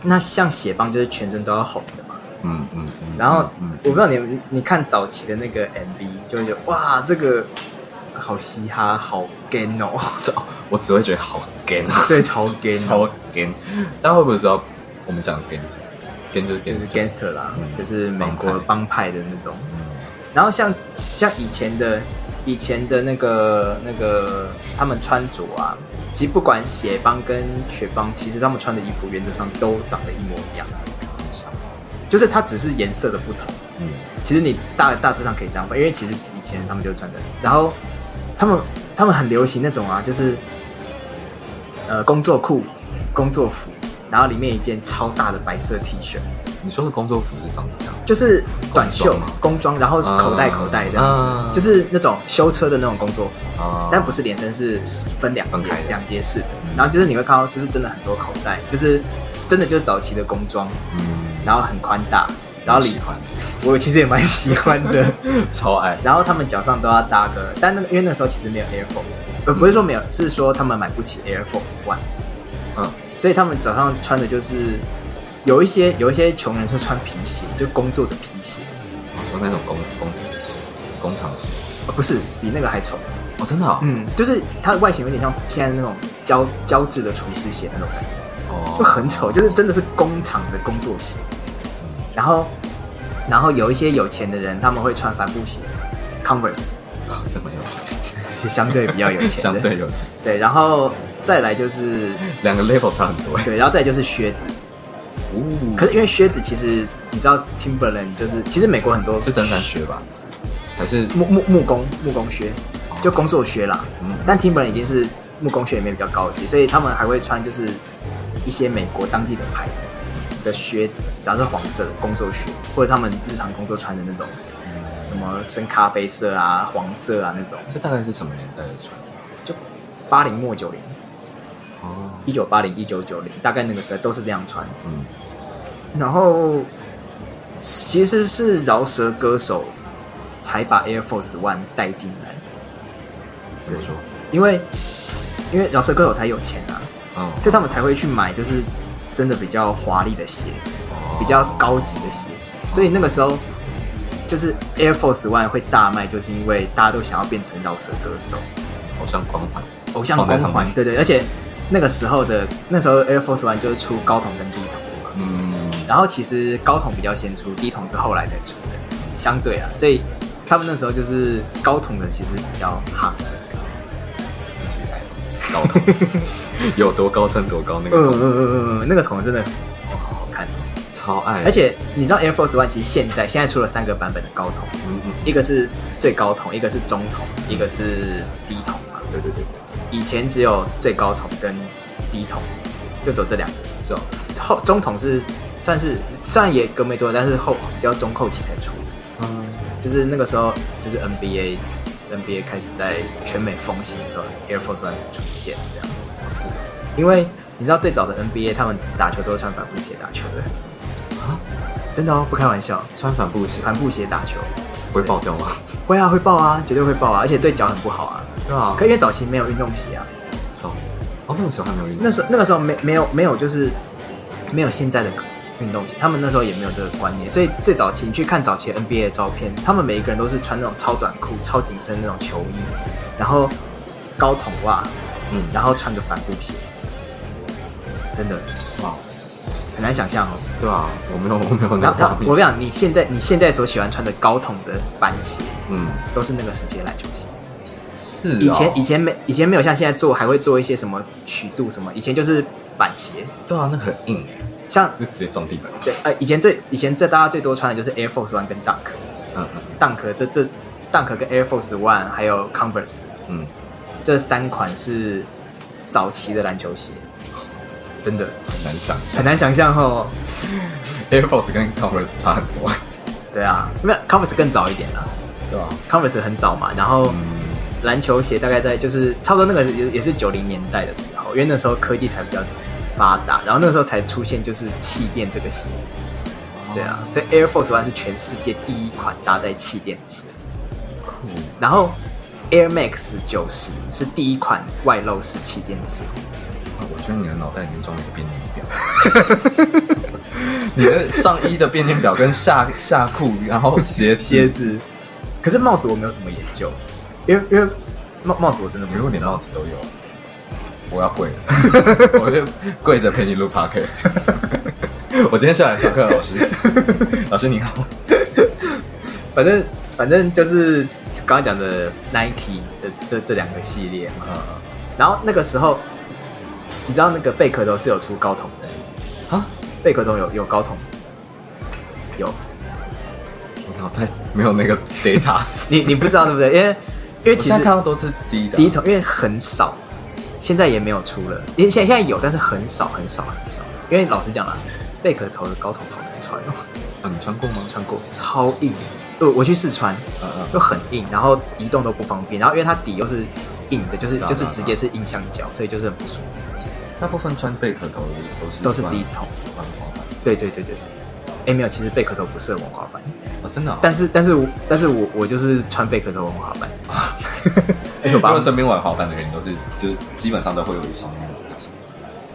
Speaker 1: 那像血帮就是全身都要红的嘛，
Speaker 2: 嗯嗯嗯
Speaker 1: 然后
Speaker 2: 嗯
Speaker 1: 我不知道你你看早期的那个 MV，就会觉得哇，这个好嘻哈，好 gay 哦，
Speaker 2: 超，我只会觉得好 gay，
Speaker 1: 对，超哦 gay，
Speaker 2: 超 gay。大家会不会知道我们讲 gay 是 gay 就是
Speaker 1: 就是
Speaker 2: gay？
Speaker 1: gangster 啦，
Speaker 2: 嗯
Speaker 1: 就是美国帮派的那种。
Speaker 2: 嗯，
Speaker 1: 然后像像以前的以前的那个那个他们穿着啊，其实不管血帮跟瘸帮，其实他们穿的衣服原则上都长得一模一样，
Speaker 2: 很像
Speaker 1: 就是它只是颜色的不同。
Speaker 2: 嗯，
Speaker 1: 其实你大大致上可以这样分，因为其实以前他们就穿的，然后他们他们很流行那种啊，就是呃工作裤、工作服，然后里面一件超大的白色 T 恤，
Speaker 2: 你说的工作服是长怎样？
Speaker 1: 就是短袖
Speaker 2: 工装吗
Speaker 1: 工装，然后是口袋口袋这样子，
Speaker 2: 啊
Speaker 1: 就是那种修车的那种工作服，
Speaker 2: 啊
Speaker 1: 但不是连身，是分两
Speaker 2: 分
Speaker 1: 节
Speaker 2: 开的
Speaker 1: 两节式的
Speaker 2: 嗯，
Speaker 1: 然后就是你会看到就是真的很多口袋，就是真的就是早期的工装，
Speaker 2: 嗯，
Speaker 1: 然后很宽大，然后里
Speaker 2: 喜欢，
Speaker 1: 我其实也蛮喜欢的。
Speaker 2: 超爱，
Speaker 1: 然后他们脚上都要搭个，但那个因为那时候其实没有 Air Force，呃，不是说没有，是说他们买不起 Air Force One，
Speaker 2: 嗯，
Speaker 1: 所以他们脚上穿的就是有一些有一些穷人是穿皮鞋，就工作的皮鞋，
Speaker 2: 我说那种工工工厂型，
Speaker 1: 呃，不是比那个还丑，
Speaker 2: 哦，真的啊，
Speaker 1: 嗯，就是它的外形有点像现在那种胶胶质的厨师鞋那种感觉，
Speaker 2: 哦
Speaker 1: 就很丑，就是真的是工厂的工作鞋。
Speaker 2: 嗯
Speaker 1: 然后，然后有一些有钱的人他们会穿帆布鞋，Converse
Speaker 2: 啊这么有钱，
Speaker 1: 是相对比较有钱的，
Speaker 2: 相对有钱，
Speaker 1: 对，然后再来就是
Speaker 2: 两个 level 差很多哎。
Speaker 1: 对，然后再就是靴子。
Speaker 2: 哦
Speaker 1: 可是因为靴子其实你知道 Timberland 就是其实美国很多
Speaker 2: 是登山靴吧？还是哦
Speaker 1: 木木木工木工靴，嗯就工作靴啦。
Speaker 2: 嗯
Speaker 1: 但 Timberland 已经是木工靴里面比较高级，所以他们还会穿就是一些美国当地的牌子的靴子，只要是黄色的工作靴，或者他们日常工作穿的那种
Speaker 2: 嗯
Speaker 1: 什么深咖啡色啊、黄色啊那种，
Speaker 2: 这大概是什么年代的穿？
Speaker 1: 就八零末九零、
Speaker 2: 哦，
Speaker 1: 一九八零、一九九零，大概那个时候都是这样穿。
Speaker 2: 嗯，
Speaker 1: 然后其实是饶舌歌手才把 Air Force One 带进来，
Speaker 2: 怎么说？
Speaker 1: 因为因为饶舌歌手才有钱啊，
Speaker 2: 嗯，
Speaker 1: 所以他们才会去买就是真的比较华丽的鞋，
Speaker 2: 哦
Speaker 1: 比较高级的鞋子。所以那个时候就是 Air Force One 会大卖，就是因为大家都想要变成饶舌歌手，
Speaker 2: 偶像光环，
Speaker 1: 偶像光
Speaker 2: 放在上
Speaker 1: 环，
Speaker 2: 面
Speaker 1: 对对，而且那个时候的那时候 Air Force One 就是出高筒跟低筒的嘛。
Speaker 2: 嗯，
Speaker 1: 然后其实高筒比较先出，低筒是后来才出的，相对啊，所以他们那时候就是高筒的其实比较夯。
Speaker 2: 自己来，高 筒，有多高穿多高那
Speaker 1: 嗯
Speaker 2: 个
Speaker 1: 嗯
Speaker 2: 筒，
Speaker 1: 嗯嗯嗯，那个桶真的哦好好看。
Speaker 2: 超爱。
Speaker 1: 而，且你知道 Air Force One 其实现在现在出了三个版本的高筒，
Speaker 2: 嗯嗯，
Speaker 1: 一个是最高筒，一个是中筒，一个是低筒嘛。
Speaker 2: 对对对对，
Speaker 1: 以前只有最高筒跟低筒，就走这两个。
Speaker 2: 是哦，
Speaker 1: 后中筒是算是虽然也隔没多久，但是后比较中后期才出的，
Speaker 2: 嗯，
Speaker 1: 就是那个时候就是 NBA NBA 开始在全美风行的时候，Air Force One 出现这样。
Speaker 2: 是的。
Speaker 1: 因为你知道最早的 NBA 他们打球都是穿帆布鞋打球的，
Speaker 2: 啊，
Speaker 1: 真的哦，不开玩笑，
Speaker 2: 穿帆布鞋
Speaker 1: 帆布鞋打球
Speaker 2: 会爆掉吗？
Speaker 1: 会啊会爆啊，绝对会爆啊，而且对脚很不好啊。
Speaker 2: 对啊，
Speaker 1: 可因为早期没有运动鞋啊，
Speaker 2: 走。哦，那个时候还没有运动。
Speaker 1: 那时候那个时候没没有没有就是没有现在的运动鞋，他们那时候也没有这个观念，所以最早期你去看早期 NBA 的照片，他们每一个人都是穿那种超短裤、超紧身那种球衣，然后高筒袜，
Speaker 2: 嗯，
Speaker 1: 然后穿着帆布鞋，真的
Speaker 2: 哇，
Speaker 1: 很难想象哦。
Speaker 2: 对啊，我没有我没有
Speaker 1: 然
Speaker 2: 那个
Speaker 1: 后然
Speaker 2: 画
Speaker 1: 后我跟你讲，
Speaker 2: 面。
Speaker 1: 你现在你现在所喜欢穿的高筒的板鞋，
Speaker 2: 嗯，
Speaker 1: 都是那个时期的篮球鞋。
Speaker 2: 是哦。
Speaker 1: 以前以前没以前没有像现在做，还会做一些什么曲度什么，以前就是板鞋，
Speaker 2: 对啊，那个很硬，
Speaker 1: 像
Speaker 2: 是直接撞地板。
Speaker 1: 对呃以前最以前最大家最多穿的就是 Air Force One 跟 Dunk，Dunk
Speaker 2: 嗯嗯
Speaker 1: 这这 Dunk 跟 Air Force One 还有 Converse
Speaker 2: 嗯，
Speaker 1: 这三款是早期的篮球鞋，真的
Speaker 2: 很难想象
Speaker 1: 很。难想象哦。
Speaker 2: Air Force 跟 Converse 差很多。
Speaker 1: 对啊，没有 Converse 更早一点啦
Speaker 2: 对啊，
Speaker 1: ，Converse 很早嘛，然后。
Speaker 2: 嗯，
Speaker 1: 篮球鞋大概在就是差不多那个也也是九零年代的时候，因为那时候科技才比较发达，然后那个时候才出现就是气垫这个鞋子，对啊，所以 Air Force One 是全世界第一款搭载气垫的鞋子，
Speaker 2: 酷，
Speaker 1: 然后 Air Max 九十是第一款外露式气垫的鞋子，
Speaker 2: 啊我觉得你的脑袋里面装了一个变电表。你的上衣的变电表跟下下裤，然后鞋子
Speaker 1: 鞋，子，可是帽子我没有什么研究，因为因为帽帽子我真的
Speaker 2: 你
Speaker 1: 不
Speaker 2: 如果
Speaker 1: 知
Speaker 2: 连
Speaker 1: 道，
Speaker 2: 帽子都有，我要跪了， 我就跪着陪你录 podcast。我今天下来上课了，老师，老师您好。
Speaker 1: 反正反正就是刚刚讲的 Nike 的这这两个系列嘛。
Speaker 2: 嗯，
Speaker 1: 然后那个时候，你知道那个贝壳头是有出高筒的，
Speaker 2: 啊，
Speaker 1: 贝壳头有有高筒，有
Speaker 2: 我脑袋没有那个 data，
Speaker 1: 你你不知道对不对？因为因为
Speaker 2: 我
Speaker 1: 其
Speaker 2: 现在
Speaker 1: 实
Speaker 2: 看到都是低的，啊
Speaker 1: 第一筒因为很少，现在也没有出了，因为现在现在有，但是很少很少很少。因为老实讲啦，啊贝壳头的高筒好难穿哦，
Speaker 2: 啊，你穿过吗？
Speaker 1: 穿过超硬，我我去试穿
Speaker 2: 嗯嗯
Speaker 1: 又很硬，然后移动都不方便，然后因为它底又是硬的，就是
Speaker 2: 啊
Speaker 1: 就是
Speaker 2: 啊
Speaker 1: 直接是硬橡胶，所以就是很不舒服。
Speaker 2: 嗯大部分穿贝壳头的都是
Speaker 1: 都是
Speaker 2: 穿
Speaker 1: 低筒
Speaker 2: 穿滑板
Speaker 1: 对对对对，哎没有，其实贝壳头不适合文化版。
Speaker 2: 哦，真的哦。
Speaker 1: 但是，但是我，但是我，我就是穿贝壳的文化 版，而且我
Speaker 2: 因
Speaker 1: 把
Speaker 2: 为身边玩滑板的人都是，就是基本上都会有一双那种东西。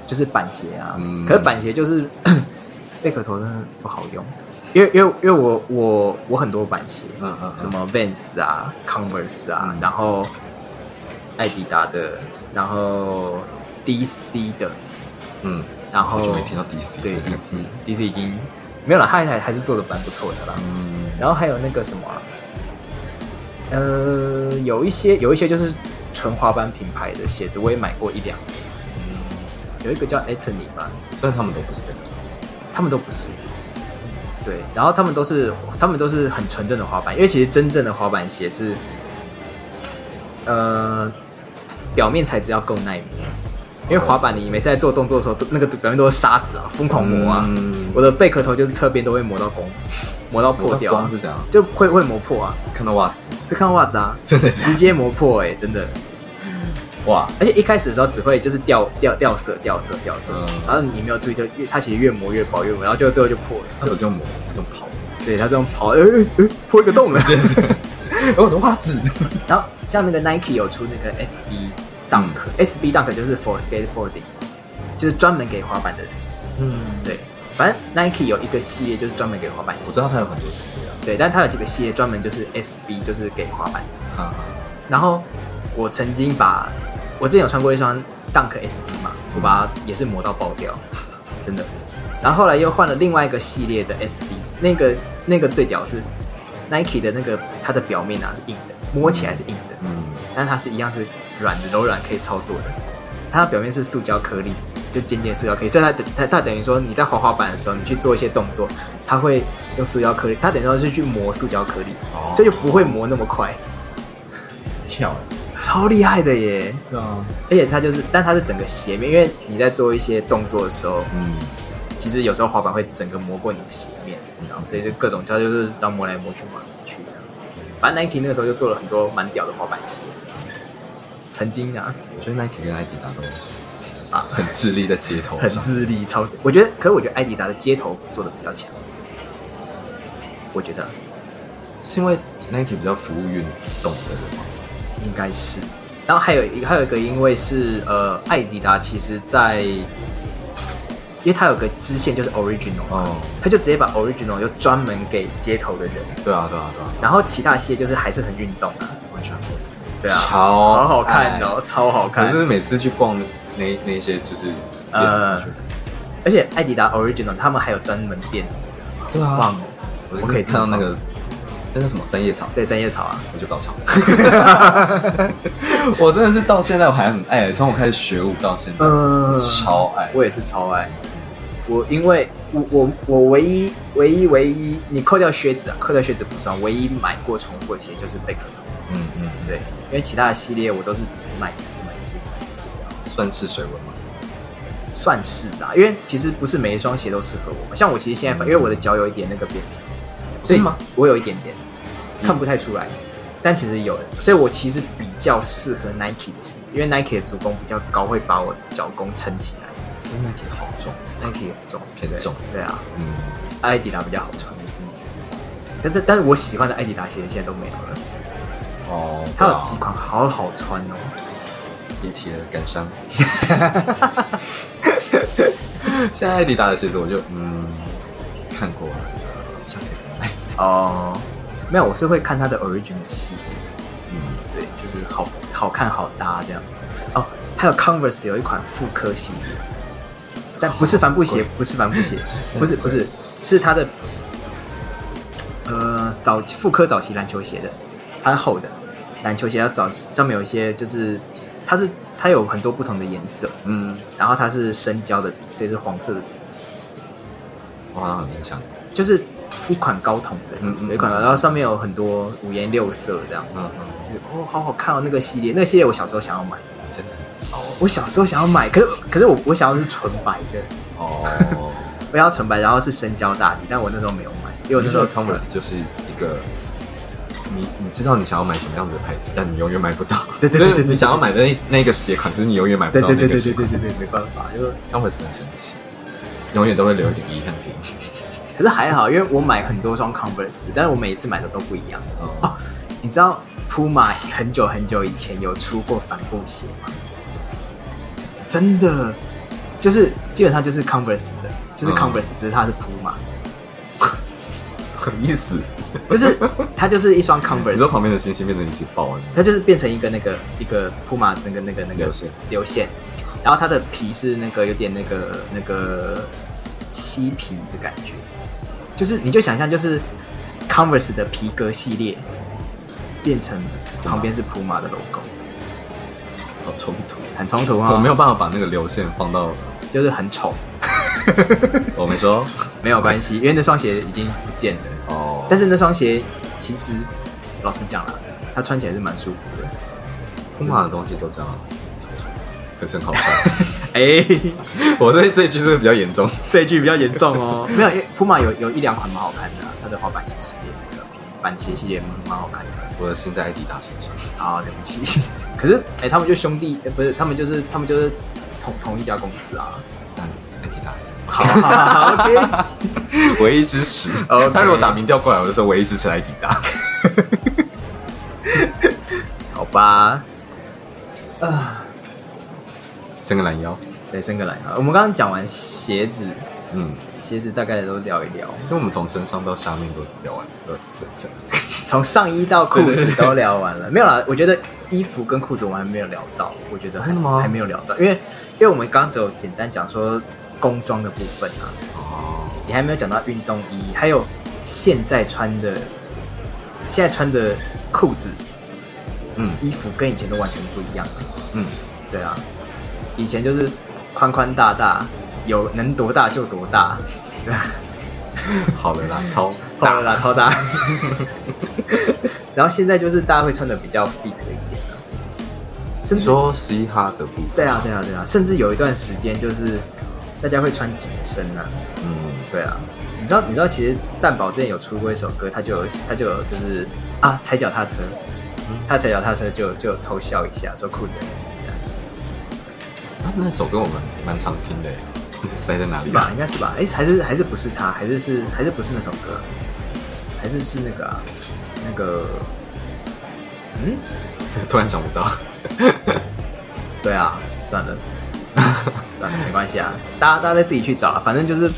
Speaker 1: 就是板鞋啊。
Speaker 2: 嗯
Speaker 1: 可是板鞋就是 贝壳头真的不好用，因为因为因为我我我很多板鞋，
Speaker 2: 嗯嗯嗯
Speaker 1: 什么 Vans 啊、Converse 啊，
Speaker 2: 嗯
Speaker 1: 然后艾迪达的，然后 DC 的，
Speaker 2: 嗯，
Speaker 1: 然后
Speaker 2: 好久没听到 DC
Speaker 1: 对
Speaker 2: 这个
Speaker 1: DC
Speaker 2: 词
Speaker 1: DC 已经没有了，他还还是做的蛮不错的啦。
Speaker 2: 嗯，
Speaker 1: 然后还有那个什么啊、呃，有一些有一些就是纯滑板品牌的鞋子，我也买过一两年，
Speaker 2: 嗯
Speaker 1: 有一个叫 Etony 吧，
Speaker 2: 虽然他们都不是贝壳头，
Speaker 1: 他们都不是。对，然后他们都是他们都是很纯正的滑板，因为其实真正的滑板鞋是，呃，表面材质要够耐磨，因为滑板你每次在做动作的时候，都那个表面都是沙子啊，疯狂磨啊。
Speaker 2: 嗯
Speaker 1: 我的贝壳头就是侧边都会磨到 光，磨到破掉、
Speaker 2: 光
Speaker 1: 啊
Speaker 2: 是，这样，
Speaker 1: 就会会磨破啊。
Speaker 2: 看到袜子
Speaker 1: 会看袜子啊，
Speaker 2: 真的假的
Speaker 1: 直接磨破哎、真的。
Speaker 2: 哇，
Speaker 1: 而且一开始的时候只会就是掉掉掉色掉色掉色，
Speaker 2: 嗯
Speaker 1: 然后你没有注意就越它其实越磨越薄越磨，然后就最后就破了。
Speaker 2: 他不是用磨，他是用 刨，
Speaker 1: 对，它这种跑，呃、呃呃破一个洞了。
Speaker 2: 真的。我的袜子，
Speaker 1: 然后像那个 Nike 有出那个 SB
Speaker 2: 嗯
Speaker 1: Dunk，SB、Dunk 就是 for skateboarding，就是专门给滑板的人。
Speaker 2: 嗯，
Speaker 1: 对，反正 Nike 有一个系列就是专门给滑板
Speaker 2: 我
Speaker 1: 鞋
Speaker 2: 知，道它有很多系列啊
Speaker 1: 对，但它有几个系列专门就是 SB，就是给滑板的。
Speaker 2: 哈哈，
Speaker 1: 然后我曾经把我之前有穿过一双 Dunk S 1嘛，我把它也是磨到爆掉， 真的。然后后来又换了另外一个系列的 S B，那个那个最屌是 Nike 的那个，它的表面啊是硬的，摸起来是硬的，
Speaker 2: 嗯，
Speaker 1: 但它是一样是软的、柔软可以操作的。它的表面是塑胶颗粒，就尖尖的塑胶颗粒，所以它等它它等于说你在滑滑板的时候，你去做一些动作，它会用塑胶颗粒，它等于说是去磨塑胶颗粒，
Speaker 2: 哦
Speaker 1: 所以就不会磨那么快，
Speaker 2: 跳，
Speaker 1: 超厉害的耶！
Speaker 2: 对啊，
Speaker 1: 而且它就是，但它是整个鞋面，因为你在做一些动作的时候，
Speaker 2: 嗯，
Speaker 1: 其实有时候滑板会整个磨过你的鞋面，
Speaker 2: 嗯
Speaker 1: 然后所以就各种它就是要磨来磨去磨来磨去这样。反正 Nike 那个时候就做了很多蛮屌的滑板鞋，曾经啊
Speaker 2: 我觉得 Nike 跟艾迪达都
Speaker 1: 啊
Speaker 2: 很致力在街头
Speaker 1: 很
Speaker 2: 上，
Speaker 1: 智力超，我觉得，可是我觉得艾迪达的街头做的比较强，我觉得啊
Speaker 2: 是因为 Nike 比较服务运动的人嘛，
Speaker 1: 应该是。然后还有一还有一个，因为是呃，艾迪达其实在，因为它有个支线就是 original，嘛
Speaker 2: 哦，
Speaker 1: 它就直接把 original 就专门给街头的人，
Speaker 2: 对啊，对啊，对啊，
Speaker 1: 然后其他鞋就是还是很运动啊，
Speaker 2: 完全，
Speaker 1: 对啊，
Speaker 2: 超
Speaker 1: 好好看哦，超好
Speaker 2: 可
Speaker 1: 看。
Speaker 2: 是每次去逛那那些就是店，
Speaker 1: 呃
Speaker 2: 我觉得
Speaker 1: 而且艾迪达 original 他们还有专门店，
Speaker 2: 对啊
Speaker 1: 棒哦，
Speaker 2: 我
Speaker 1: 我可
Speaker 2: 可
Speaker 1: 以
Speaker 2: 以看到那个那叫什么三叶草，
Speaker 1: 对三叶草啊，
Speaker 2: 我就高潮。 我真的是到现在我还很爱，从我开始学舞到现在，
Speaker 1: 嗯
Speaker 2: 超爱。
Speaker 1: 我也是超爱。我因为我我我唯一唯一唯一，你扣掉靴子啊，扣掉靴子不算，唯一买过重复的鞋就是贝壳头。
Speaker 2: 嗯嗯，
Speaker 1: 对，因为其他的系列我都是只买一次，只买一次，只买一次这样，
Speaker 2: 算是水文嘛。
Speaker 1: 算是啦、因为其实不是每一双鞋都适合我嘛，像我其实现在反，
Speaker 2: 嗯
Speaker 1: 因为我的脚有一点那个扁平，所
Speaker 2: 真
Speaker 1: 以
Speaker 2: 的吗
Speaker 1: 我有一点点
Speaker 2: 嗯
Speaker 1: 看不太出来，但其实有的，所以我其实比较适合 Nike 的鞋子，因为 Nike 的足弓比较高，会把我脚弓撑起来。
Speaker 2: 因为那题好重。
Speaker 1: Nike 很重，
Speaker 2: 偏
Speaker 1: 对
Speaker 2: 重
Speaker 1: 对啊，
Speaker 2: 嗯，
Speaker 1: 艾迪达比较好穿，就是但是但是我喜欢的艾迪达鞋现在都没有了，
Speaker 2: 哦，
Speaker 1: 它有几款好好穿哦。
Speaker 2: 别提了，感伤。 现在艾迪达的鞋子我就嗯看过了，下次可以买。
Speaker 1: 哦，没有，我是会看它的 original 系列，
Speaker 2: 嗯，
Speaker 1: 对，就是好好看好搭这样。哦，还有 Converse 有一款复刻系列，但不是帆布鞋
Speaker 2: 好，
Speaker 1: 不是帆布鞋，不是不是，是它的呃早期复刻早期篮球鞋的，它是厚的篮球鞋，它早上面有一些就是它是它有很多不同的颜色。
Speaker 2: 嗯，
Speaker 1: 然后它是深胶的笔，所以是黄色的笔，
Speaker 2: 我好像很印象。
Speaker 1: 就是一款高筒的，
Speaker 2: 嗯嗯
Speaker 1: 有一款高筒，
Speaker 2: 嗯
Speaker 1: 然后上面有很多五颜六色这样子。
Speaker 2: 嗯嗯，
Speaker 1: 哦，好好看哦！那个系列，那个系列我小时候想要买，
Speaker 2: 真的很骚
Speaker 1: 我小时候想要买，可是可是我我想要的是纯白的，
Speaker 2: 哦。
Speaker 1: 我要纯白，然后是深胶大底，但我那时候没有买，因为我那时候
Speaker 2: Converse 就是一个，你你知道你想要买什么样子的牌子，但你永远买不到。
Speaker 1: 对对对对对
Speaker 2: 就是你想要买的那那个鞋款，就是你永远买不
Speaker 1: 对
Speaker 2: 到
Speaker 1: 对
Speaker 2: 那
Speaker 1: 对
Speaker 2: 个
Speaker 1: 对
Speaker 2: 鞋
Speaker 1: 对对
Speaker 2: 款。
Speaker 1: 对对，没办法，就是
Speaker 2: Converse 很神奇，永远都会留一点遗憾给你。
Speaker 1: 可是还好，因为我买很多双 Converse，但是我每一次买的都不一样。
Speaker 2: 哦
Speaker 1: 哦，你知道 Puma 很久很久以前有出过帆布鞋吗？真的，就是基本上就是 Converse 的，就是
Speaker 2: 嗯
Speaker 1: Converse，、只是它是 Puma，
Speaker 2: 什么意思？
Speaker 1: 就是它就是一双
Speaker 2: 你
Speaker 1: Converse，
Speaker 2: 说旁边的星星变成一只豹了？
Speaker 1: 它就是变成一个那个一个 Puma 那个那个那个
Speaker 2: 流线
Speaker 1: 流线，然后它的皮是那个有点那个那个漆皮的感觉，就是你就想象就是 Converse 的皮革系列变成旁边是 Puma 的 logo。
Speaker 2: 好冲突。
Speaker 1: 很冲突啊！
Speaker 2: 我没有办法把那个流线放到，
Speaker 1: 就是很丑，
Speaker 2: 我没说
Speaker 1: 没有关系，因为那双鞋已经不见了。
Speaker 2: 哦，
Speaker 1: 但是那双鞋其实，老实讲啦，它穿起来是蛮舒服的。
Speaker 2: 库玛的东西都这样啊，可是很好看。
Speaker 1: 哎、
Speaker 2: 我对这一句是不是比较 严重？
Speaker 1: 这一句比较严重哦。 没有，因为 Puma 有有一两款蛮好看的啊、它的滑板鞋系列、那个板鞋系列蛮蛮好看的。
Speaker 2: 我的心在艾迪达身上。
Speaker 1: 啊，对不起。 可是哎、他们就兄弟，呃不是，他们就是他们就是同同一家公司啊。
Speaker 2: 但艾迪达还是不
Speaker 1: 好好好好，OK。
Speaker 2: 唯一支持
Speaker 1: OK
Speaker 2: 他如果打民调过来，我就说唯一支持莱迪达。
Speaker 1: 好吧。啊，
Speaker 2: 伸个懒腰，
Speaker 1: 对，伸个懒腰。我们刚刚讲完鞋子，
Speaker 2: 嗯，
Speaker 1: 鞋子大概都聊一聊。
Speaker 2: 所以我们从身上到下面都聊完，呃，这这
Speaker 1: 从上衣到裤子都聊完了，没有啦。我觉得衣服跟裤子我们还没有聊到，我觉得还
Speaker 2: 真的吗
Speaker 1: 还没有聊到，因为因为我们刚刚只有简单讲说工装的部分啊，
Speaker 2: 哦，
Speaker 1: 你还没有讲到运动衣，还有现在穿的现在穿的裤子
Speaker 2: 嗯
Speaker 1: 衣服跟以前都完全不一样了。
Speaker 2: 嗯，
Speaker 1: 对啊，以前就是宽宽大大，有能多大就多大，
Speaker 2: 好了啦， 超
Speaker 1: 大了啦，超大。 然后现在就是大家会穿的比较 fit 一点啊，甚
Speaker 2: 你
Speaker 1: 至
Speaker 2: 说嘻哈的部分，
Speaker 1: 对啊，对啊，对啊，甚至有一段时间就是大家会穿紧身啊，
Speaker 2: 嗯，
Speaker 1: 对啊，你知道你知道其实蛋宝之前有出过一首歌，他就有他就有就是啊踩脚踏车，
Speaker 2: 嗯
Speaker 1: 他踩脚踏车就就有偷笑一下，说裤子很紧这
Speaker 2: 他们那首歌我们蛮常听的耶， 塞在
Speaker 1: 样，
Speaker 2: 哪
Speaker 1: 是
Speaker 2: 里？啊
Speaker 1: 吧？应该是吧？哎、还是还是不是他，还是是还是不是那首歌，还是是那个、啊、那个，嗯，
Speaker 2: 突然想不到，
Speaker 1: 对啊，算 了，算了，没关系啊，大家大家再自己去找啊，反正就是。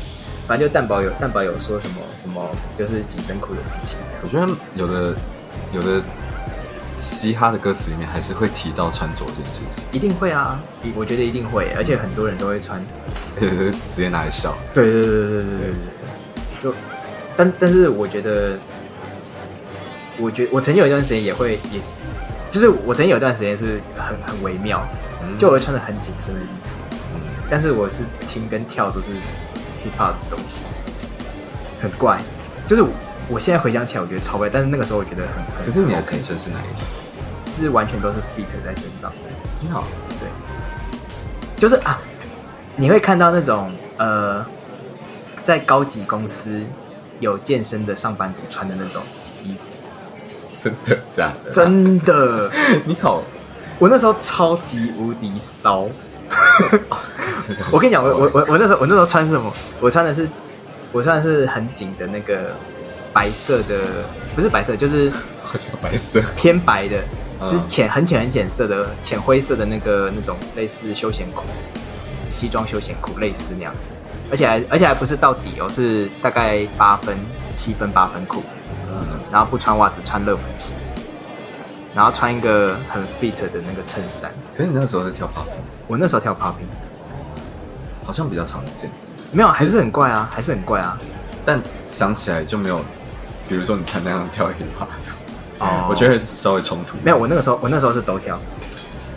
Speaker 1: 反正就蛋宝有蛋宝有说什么什么就是紧身裤的事情，
Speaker 2: 我觉得有的有的嘻哈的歌词里面还是会提到穿着这件事情，
Speaker 1: 一定会啊，一我觉得一定会，而且很多人都会穿
Speaker 2: 呃直接拿来笑，
Speaker 1: 对对对对对对对对，就但但是我觉得，我觉我曾经有一段时间也会也是，就是我曾经有一段时间是很很微妙，
Speaker 2: 嗯
Speaker 1: 就我会穿的很紧身的衣服，
Speaker 2: 嗯，
Speaker 1: 但是我是听跟跳都是 hip hop 的东西，很怪，就是我我现在回想起来我觉得超怪，但是那个时候我觉得很很
Speaker 2: 可是你的紧身是哪一种？
Speaker 1: 是完全都是 fit 在身上的。
Speaker 2: 很好，
Speaker 1: 对，就是啊，你会看到那种呃，在高级公司有健身的上班族穿的那种衣服，
Speaker 2: 真的假的？
Speaker 1: 真 的，
Speaker 2: 你好，
Speaker 1: 我那时候超级无敌骚。
Speaker 2: 真 的很
Speaker 1: 我跟你讲，我我
Speaker 2: 骚耶
Speaker 1: 我我那时候我那时候穿是什么？我穿的是我穿的是很紧的那个白色的，不是白色，就是
Speaker 2: 好像白 色，
Speaker 1: 偏白的，
Speaker 2: 嗯
Speaker 1: 就是浅很浅很浅色的浅灰色的那个那种类似休闲裤，西装休闲裤类似那样子，而且还而且还不是到底哦，是大概八分七分八分裤，
Speaker 2: 嗯，
Speaker 1: 然后不穿袜子，穿乐福鞋，然后穿一个很 fit 的那个衬衫。
Speaker 2: 可是你那个时候在跳芭蕾
Speaker 1: 我那时候跳 popping，
Speaker 2: 好像比较常见，
Speaker 1: 没有，还是很怪啊，还是很怪啊。
Speaker 2: 但想起来就没有，比如说你穿那样跳 hip hop，
Speaker 1: 哦
Speaker 2: 我觉得稍微冲突。
Speaker 1: 没有，我那个时候我那时候是都跳，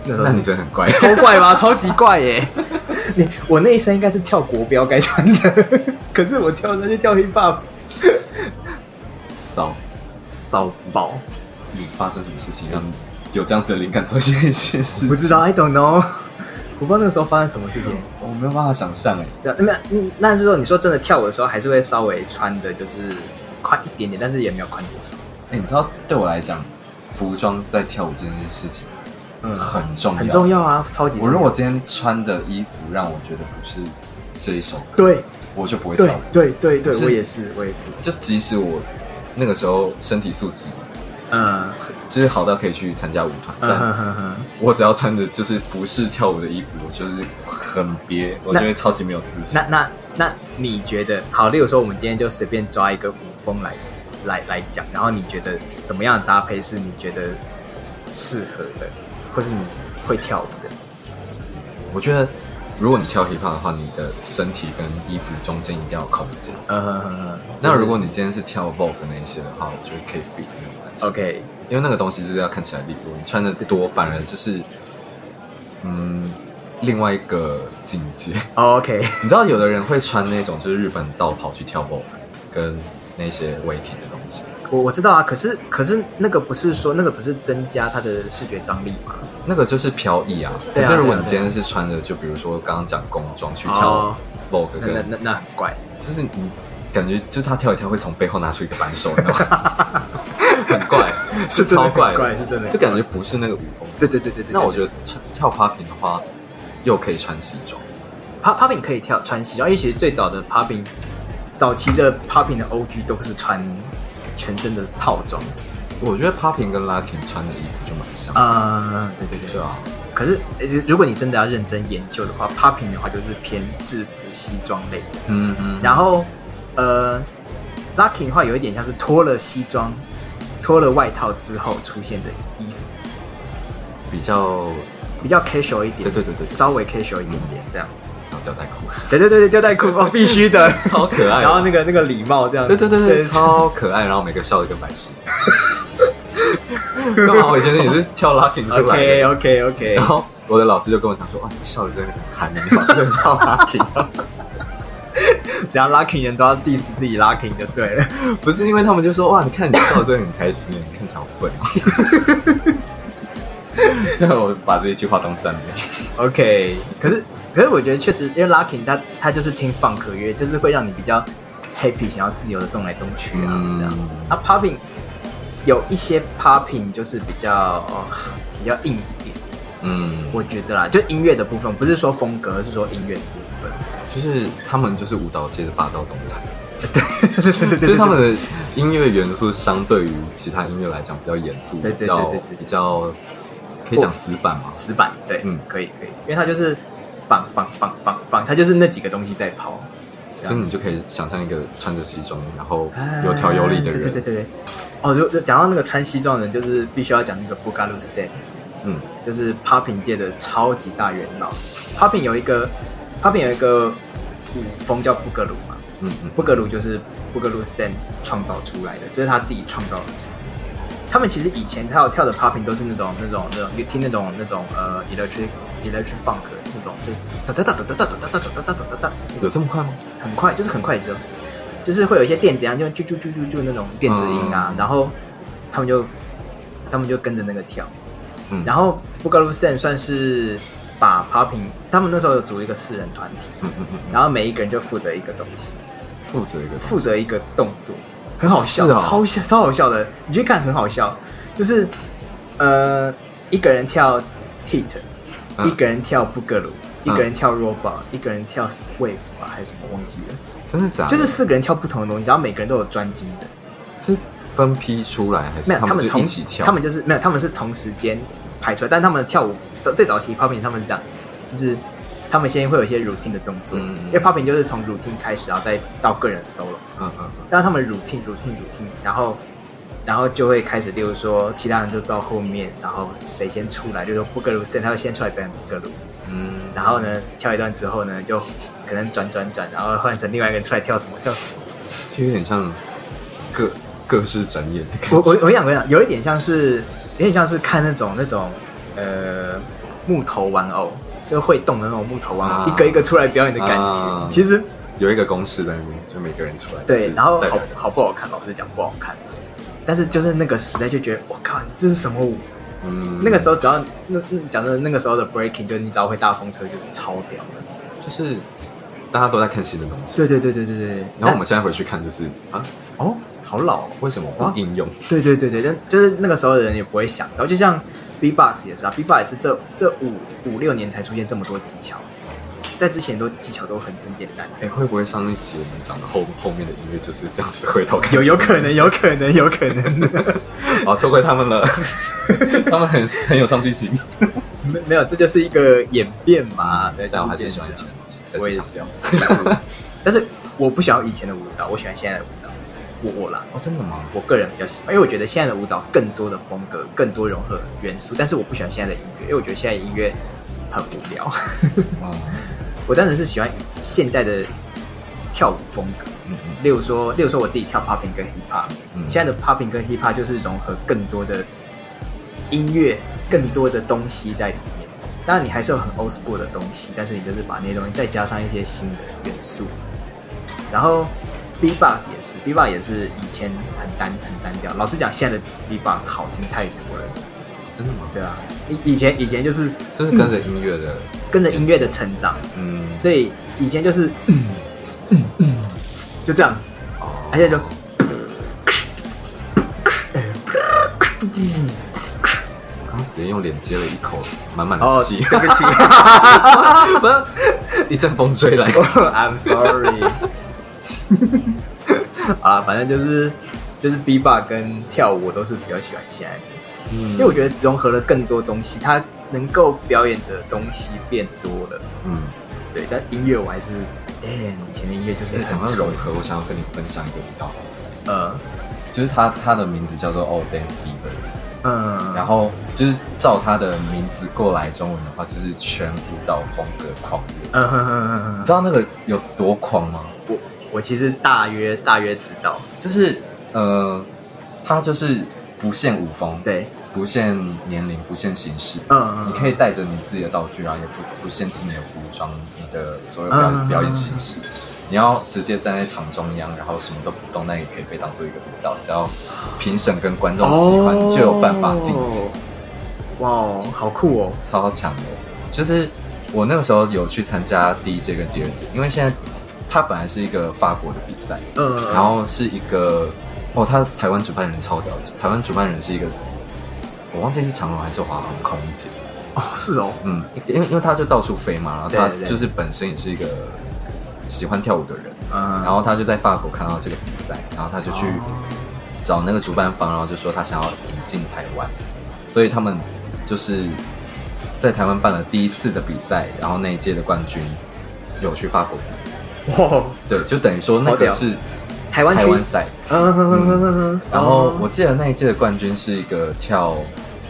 Speaker 1: 那时候
Speaker 2: 那你真的很怪，
Speaker 1: 超怪吧，超级怪耶！ 你我那一身应该是跳国标该穿的， 可是我跳的是跳 hip hop，
Speaker 2: 骚。
Speaker 1: 骚包，
Speaker 2: 你发生什么事情让你有这样子的灵感做这件事情？
Speaker 1: 不知道，I don't know，我不知道那个时候发生什么事情。
Speaker 2: 我没有办法想象哎。
Speaker 1: 对，那么嗯那是说你说真的跳舞的时候，还是会稍微穿的就是宽一点点，但是也没有宽多少，
Speaker 2: 哎、你知道对我来讲，服装在跳舞这件事情
Speaker 1: 嗯，
Speaker 2: 很重要，
Speaker 1: 很重。要啊，超级重
Speaker 2: 我
Speaker 1: 要。
Speaker 2: 如果今天穿的衣服让我觉得不是这一首歌，
Speaker 1: 对
Speaker 2: 我就不会跳
Speaker 1: 对
Speaker 2: 舞。
Speaker 1: 对对对，
Speaker 2: 是
Speaker 1: 我也是我也是，
Speaker 2: 就即使我那个时候身体素质
Speaker 1: 嗯
Speaker 2: 就是好到可以去参加舞团，
Speaker 1: 嗯
Speaker 2: 但
Speaker 1: 哼哼哼，
Speaker 2: 我只要穿的就是不是跳舞的衣服，我就是很憋，我就会超级没有自信
Speaker 1: 那。那那你觉得好？例如说，我们今天就随便抓一个舞风来来来讲，然后你觉得怎么样的搭配是你觉得适合的，或是你会跳舞的？
Speaker 2: 我觉得如果你跳 hiphop 的话，你的身体跟衣服中间一定要有空间。
Speaker 1: 呃，
Speaker 2: 那如果你今天是跳 Vogue 那一些的话，我觉得可以 fit 没有关系。
Speaker 1: OK，
Speaker 2: 因为那个东西就是要看起来利落，你穿的多反而就是，嗯，另外一个境界。
Speaker 1: 哦 OK，
Speaker 2: 你知道有的人会穿那种就是日本道袍去跳 Vogue，跟那些 w a k i n 的东西。
Speaker 1: 我我知道啊，可是可是那个不是说那个不是增加它的视觉张力吗？
Speaker 2: 那个就是飘逸啊。
Speaker 1: 对啊
Speaker 2: 可是如果
Speaker 1: 对啊
Speaker 2: 你今天是穿着，就比如说刚刚讲工装去
Speaker 1: 哦
Speaker 2: 跳 Vogue，
Speaker 1: 那
Speaker 2: 跟、
Speaker 1: 那那那很怪。
Speaker 2: 就是你感觉就是他跳一跳会从背后拿出一个扳手，你知道吗？ 很怪，是
Speaker 1: 真的
Speaker 2: 超
Speaker 1: 很
Speaker 2: 怪的，
Speaker 1: 怪是真的很
Speaker 2: 就感觉不是那个舞风。
Speaker 1: 对对对对对。
Speaker 2: 那我觉得穿跳 popping 的话，又可以穿西装。
Speaker 1: pop popping 可以跳穿西装，因为其实最早的 popping，早期的 popping 的 OG 都是穿全身的套装。
Speaker 2: 我觉得 popping 跟 locking 穿的衣服就蛮像的，
Speaker 1: 啊、对对对
Speaker 2: 对啊，
Speaker 1: 可是，呃如果你真的要认真研究的话，popping 的话就是偏制服西装类的，
Speaker 2: 嗯嗯。
Speaker 1: 然后呃，locking 的话有一点像是脱了西装、脱了外套之后出现的衣服，
Speaker 2: 比较
Speaker 1: 比较 casual 一点，
Speaker 2: 对对对对对
Speaker 1: 稍微 casual 一点点这样子。
Speaker 2: 然后吊带裤，
Speaker 1: 对对对对，吊带裤哦，必须的，
Speaker 2: 超可爱的
Speaker 1: 然后那个那个礼帽这样
Speaker 2: 对
Speaker 1: 子，
Speaker 2: 对对对，超可爱。然后每个笑一个白痴， 干嘛？我以前也是跳 locking 出来
Speaker 1: OK
Speaker 2: 的
Speaker 1: OK OK，
Speaker 2: 然后我的老师就跟我讲说：“哇，你笑的真的很憨你老师就跳 locking。
Speaker 1: 只要 lucky 人都要 diss 自己 lucky 就对了。”
Speaker 2: 不是因为他们就说：“哇，你看你笑的真的很开心，你看起来好笨。” 这样我把这一句话当赞美。
Speaker 1: OK，可是可是我觉得确实，因为 lucky 它它就是听放可乐，就是会让你比较 happy，想要自由的动来动去啊、
Speaker 2: 嗯
Speaker 1: 这样。啊 popping 有一些 popping 就是比较、哦、比较硬一点，
Speaker 2: 嗯，
Speaker 1: 我觉得啦，就音乐的部分，不是说风格，而是说音乐的部分。
Speaker 2: 就是他们就是舞蹈界的霸道总裁。对， 就是他们的音乐元素相对于其他音乐来讲比较严肃，
Speaker 1: 对对对
Speaker 2: 比较
Speaker 1: 对对对
Speaker 2: 比较可以讲死板嘛。
Speaker 1: 死板，对，嗯
Speaker 2: 嗯，
Speaker 1: 可以可以，因为它就是棒棒棒棒棒，它就是那几个东西在跑，
Speaker 2: 所以你就可以想象一个穿着西装，然后有条有理的人，
Speaker 1: 啊哎对对对对。对哦，就就讲到那个穿西装的人，就是必须要讲那个布加鲁塞，
Speaker 2: 嗯，
Speaker 1: 就是 popping 界的超级大元老。popping 有一个 popping 有一个舞风叫布格鲁嘛，
Speaker 2: 嗯嗯，
Speaker 1: 布格鲁就是布格鲁 Stan 创造出来的，这是他自己创造的词。他们其实以前他有跳的 popping 都是那种那种那种，你听那种那种呃 electric electric funk 那种，就哒哒哒哒哒哒哒哒哒哒哒哒哒，
Speaker 2: 有这么快吗？
Speaker 1: 很快，就是很快的节奏，就是会有一些电子啊，就啾啾啾啾啾那种电子音啊，
Speaker 2: 嗯
Speaker 1: 然后他们就他们就跟着那个跳，
Speaker 2: 嗯，
Speaker 1: 然后 Boogaloo Sen 算是把 popping，他们那时候有组一个四人团体，
Speaker 2: 嗯嗯嗯嗯，
Speaker 1: 然后每一个人就负责一个东西，
Speaker 2: 负责一个
Speaker 1: 负责一个动作，很好笑，
Speaker 2: 是哦
Speaker 1: 超笑，超好笑的，你去看很好笑，就是呃，一个人跳 hit，、
Speaker 2: 嗯
Speaker 1: 一个人跳布格鲁，一
Speaker 2: 嗯
Speaker 1: 个人跳 robot，、一个人跳 wave 吧，还是什么忘记了，
Speaker 2: 真的假的？
Speaker 1: 就是四个人跳不同的东西，然后每个人都有专精的，
Speaker 2: 是分批出来还是
Speaker 1: 没有，他
Speaker 2: 们就
Speaker 1: 同
Speaker 2: 一起跳？
Speaker 1: 他们就是没有，他们是同时间排出来，但他们跳舞早最早期 popping 他们是这样，就是他们先会有一些 routine 的动作，
Speaker 2: 嗯嗯嗯
Speaker 1: 因为 popping 就是从 routine 开始，然后再到个人 solo。
Speaker 2: 嗯嗯嗯，
Speaker 1: 让他们 routine routine routine，然后然后就会开始，例如说其他人就到后面，然后谁先出来，就说布格鲁森，他会先出来表演布格鲁，
Speaker 2: 嗯，
Speaker 1: 然后呢跳一段之后呢，就可能转转转，然后换成另外一个人出来跳什么跳什么。
Speaker 2: 其实有点像各各式展演的感觉。
Speaker 1: 我我我想我想，有一点像是有点像是看那种那种呃木头玩偶，就会动的那种木头玩偶，
Speaker 2: 啊
Speaker 1: 一个一个出来表演的感觉。
Speaker 2: 啊
Speaker 1: 其实
Speaker 2: 有一个公式在那边，就每个人出来
Speaker 1: 对，然后好好不
Speaker 2: 好？
Speaker 1: 好看，老实讲不好看，但是就是那个时代就觉得我靠，这是什么舞？
Speaker 2: 嗯
Speaker 1: 那个时
Speaker 2: 候
Speaker 1: 候只要那那讲的那个时候的 breaking，就是你只要会大风车就是超屌的。
Speaker 2: 就是大家都在看新的东西，
Speaker 1: 对对对对对对。
Speaker 2: 然后我们现在回去看，就是啊，
Speaker 1: 但哦，好老、哦。
Speaker 2: 为什么不应用？
Speaker 1: 对对对对，但就是那个时候的人也不会想到，就像 B box 也是啊，B box 也是这这五五六年才出现这么多技巧，在之前都技巧都很很简单。
Speaker 2: 哎、会不会上一集我们讲的后后面的音乐就是这样子回头看？
Speaker 1: 有有 可能，有可能，有可能，
Speaker 2: 啊，错怪他们了，他们很 很有上进心。
Speaker 1: 没没有，这就是一个演变嘛。对，
Speaker 2: 啊但我还
Speaker 1: 就是变
Speaker 2: 喜欢以
Speaker 1: 这
Speaker 2: 前
Speaker 1: 样
Speaker 2: 的东西，再
Speaker 1: 我
Speaker 2: 次
Speaker 1: 也
Speaker 2: 强
Speaker 1: 是
Speaker 2: 调。
Speaker 1: 但是我不喜欢以前的舞蹈，我喜欢现在的舞蹈。我我啦，
Speaker 2: 哦，真的吗？
Speaker 1: 我个人比较喜欢，因为我觉得现在的舞蹈更多的风格，更多融合元素，但是我不喜欢现在的音乐，因为我觉得现在的音乐很无聊。
Speaker 2: 嗯
Speaker 1: 我当然是喜欢现代的跳舞风格，
Speaker 2: 嗯嗯
Speaker 1: 例如说，例如说我自己跳 popping 跟 hip hop，、
Speaker 2: 嗯
Speaker 1: 现在的 popping 跟 hip hop 就是融合更多的音乐，更多的东西在里面。当然，你还是有很 old school 的东西，但是你就是把那些东西再加上一些新的元素。然后 b b o x 也是 b b o x 也是以前很单很单调。老实讲，现在的 b b o x 好听太多了，
Speaker 2: 真的吗？
Speaker 1: 对啊，以以前以前就是
Speaker 2: 是不是跟着音乐的？
Speaker 1: 跟着音乐的成长，
Speaker 2: 嗯，
Speaker 1: 所以以前就是嗯嗯嗯，就这样，
Speaker 2: 哦
Speaker 1: 而且就
Speaker 2: 刚刚直接用脸接了一口满满
Speaker 1: 哦
Speaker 2: 的，气，
Speaker 1: 对不起
Speaker 2: 一阵风吹来。
Speaker 1: ，I'm sorry。啊，反正就是就是 B 吧跟跳舞，我都是比较喜欢现在的，
Speaker 2: 嗯
Speaker 1: 因为我觉得融合了更多东西，它能够表演的东西变多了。
Speaker 2: 嗯，
Speaker 1: 对，但音乐我还是，哎、以前的音乐就是
Speaker 2: 对，哎讲
Speaker 1: 很
Speaker 2: 到
Speaker 1: 柔
Speaker 2: 融合，我想要跟你分享一个舞蹈公司，
Speaker 1: 呃，
Speaker 2: 就是它它的名字叫做 All Dance Fever，
Speaker 1: 嗯，
Speaker 2: 然后就是照它的名字过来中文的话，就是全舞蹈风格狂热。
Speaker 1: 嗯哼哼哼
Speaker 2: 你
Speaker 1: 哼
Speaker 2: 知道那个有多狂吗？
Speaker 1: 我我其实大约大约知道，
Speaker 2: 就是呃，它就是不限舞风，
Speaker 1: 对，
Speaker 2: 不限年龄，不限形式，
Speaker 1: 嗯嗯
Speaker 2: 你可以带着你自己的道具啊，也不不限制你的服装，你的所有表
Speaker 1: 嗯
Speaker 2: 演、
Speaker 1: 嗯嗯
Speaker 2: 表演形式。你要直接站在场中央，然后什么都不动，那也可以被当做一个舞蹈。只要评审跟观众喜欢，就有办法晋级。
Speaker 1: 哦。哇哦，好酷哦！
Speaker 2: 超强的。就是我那个时候有去参加第一届跟第二届，因为现在它本来是一个法国的比赛，
Speaker 1: 嗯，
Speaker 2: 然后是一个哦，他台湾主办人超屌的，台湾主办人是一个我忘记是长荣还是华航空姐，
Speaker 1: 哦是哦，
Speaker 2: 嗯，因为因为他就到处飞嘛，然后
Speaker 1: 对对
Speaker 2: 他
Speaker 1: 对
Speaker 2: 就是本身也是一个喜欢跳舞的人，
Speaker 1: 嗯，
Speaker 2: 然后他就在法国看到这个比赛，然后他就去。
Speaker 1: 哦
Speaker 2: 找那个主办方，然后就说他想要引进台湾，所以他们就是在台湾办了第一次的比赛，然后那一届的冠军有去法国比，
Speaker 1: 哇，
Speaker 2: 对，就等于说那
Speaker 1: 好屌
Speaker 2: 个是
Speaker 1: 台湾
Speaker 2: 台
Speaker 1: 区，
Speaker 2: 湾赛。
Speaker 1: 嗯哼哼哼哼，
Speaker 2: 然后我记得那一届的冠军是一个跳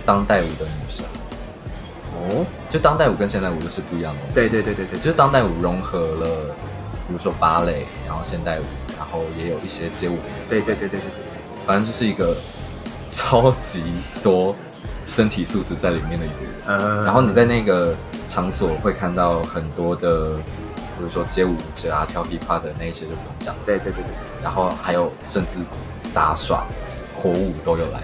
Speaker 2: 当代舞的女生，
Speaker 1: 哦，
Speaker 2: 就当代舞跟现代舞就是不一样的东西。
Speaker 1: 对对对对对，
Speaker 2: 就是当代舞融合了，比如说芭蕾，然后现代舞，然后也有一些街舞的元素
Speaker 1: 对对对对对对，
Speaker 2: 反正就是一个超级多身体素质在里面的一个人。
Speaker 1: 嗯，
Speaker 2: 然后你在那个场所会看到很多的，比如说街舞者啊、跳 hip hop 的那一些就不用讲了，
Speaker 1: 对对对对，
Speaker 2: 然后还有甚至杂耍、火舞都有 来。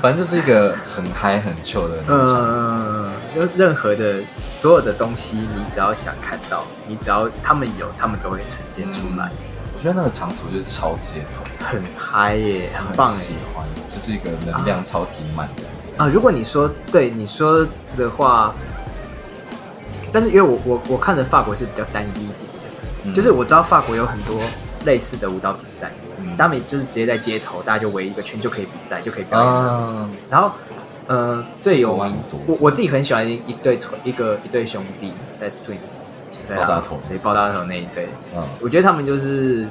Speaker 2: 反正就是一个很嗨很 chill 的那种场所。
Speaker 1: 嗯，任任何的所有的东西，你只要想看到，你只要他们有，他们都会呈现出来，
Speaker 2: 我觉得那个场所就是超街头，
Speaker 1: 很嗨耶，很
Speaker 2: 很
Speaker 1: 棒欸
Speaker 2: 喜
Speaker 1: 耶。
Speaker 2: 欢，就是一个能量超级满的。
Speaker 1: 啊，如果你说对你说的话，但是因为我我我看的法国是比较单一一点的，
Speaker 2: 嗯
Speaker 1: 就是我知道法国有很多类似的舞蹈比赛，
Speaker 2: 嗯
Speaker 1: 他们就是直接在街头，大家就围一个圈就可以比赛，就可以表演。
Speaker 2: 啊，
Speaker 1: 然后，呃，最有名
Speaker 2: 国外很，多
Speaker 1: 我我自己很喜欢一对团，一个一对兄弟，That's Twins，对啊
Speaker 2: 爆炸头
Speaker 1: 对爆炸头那一对，
Speaker 2: 嗯，
Speaker 1: 我觉得他们就是，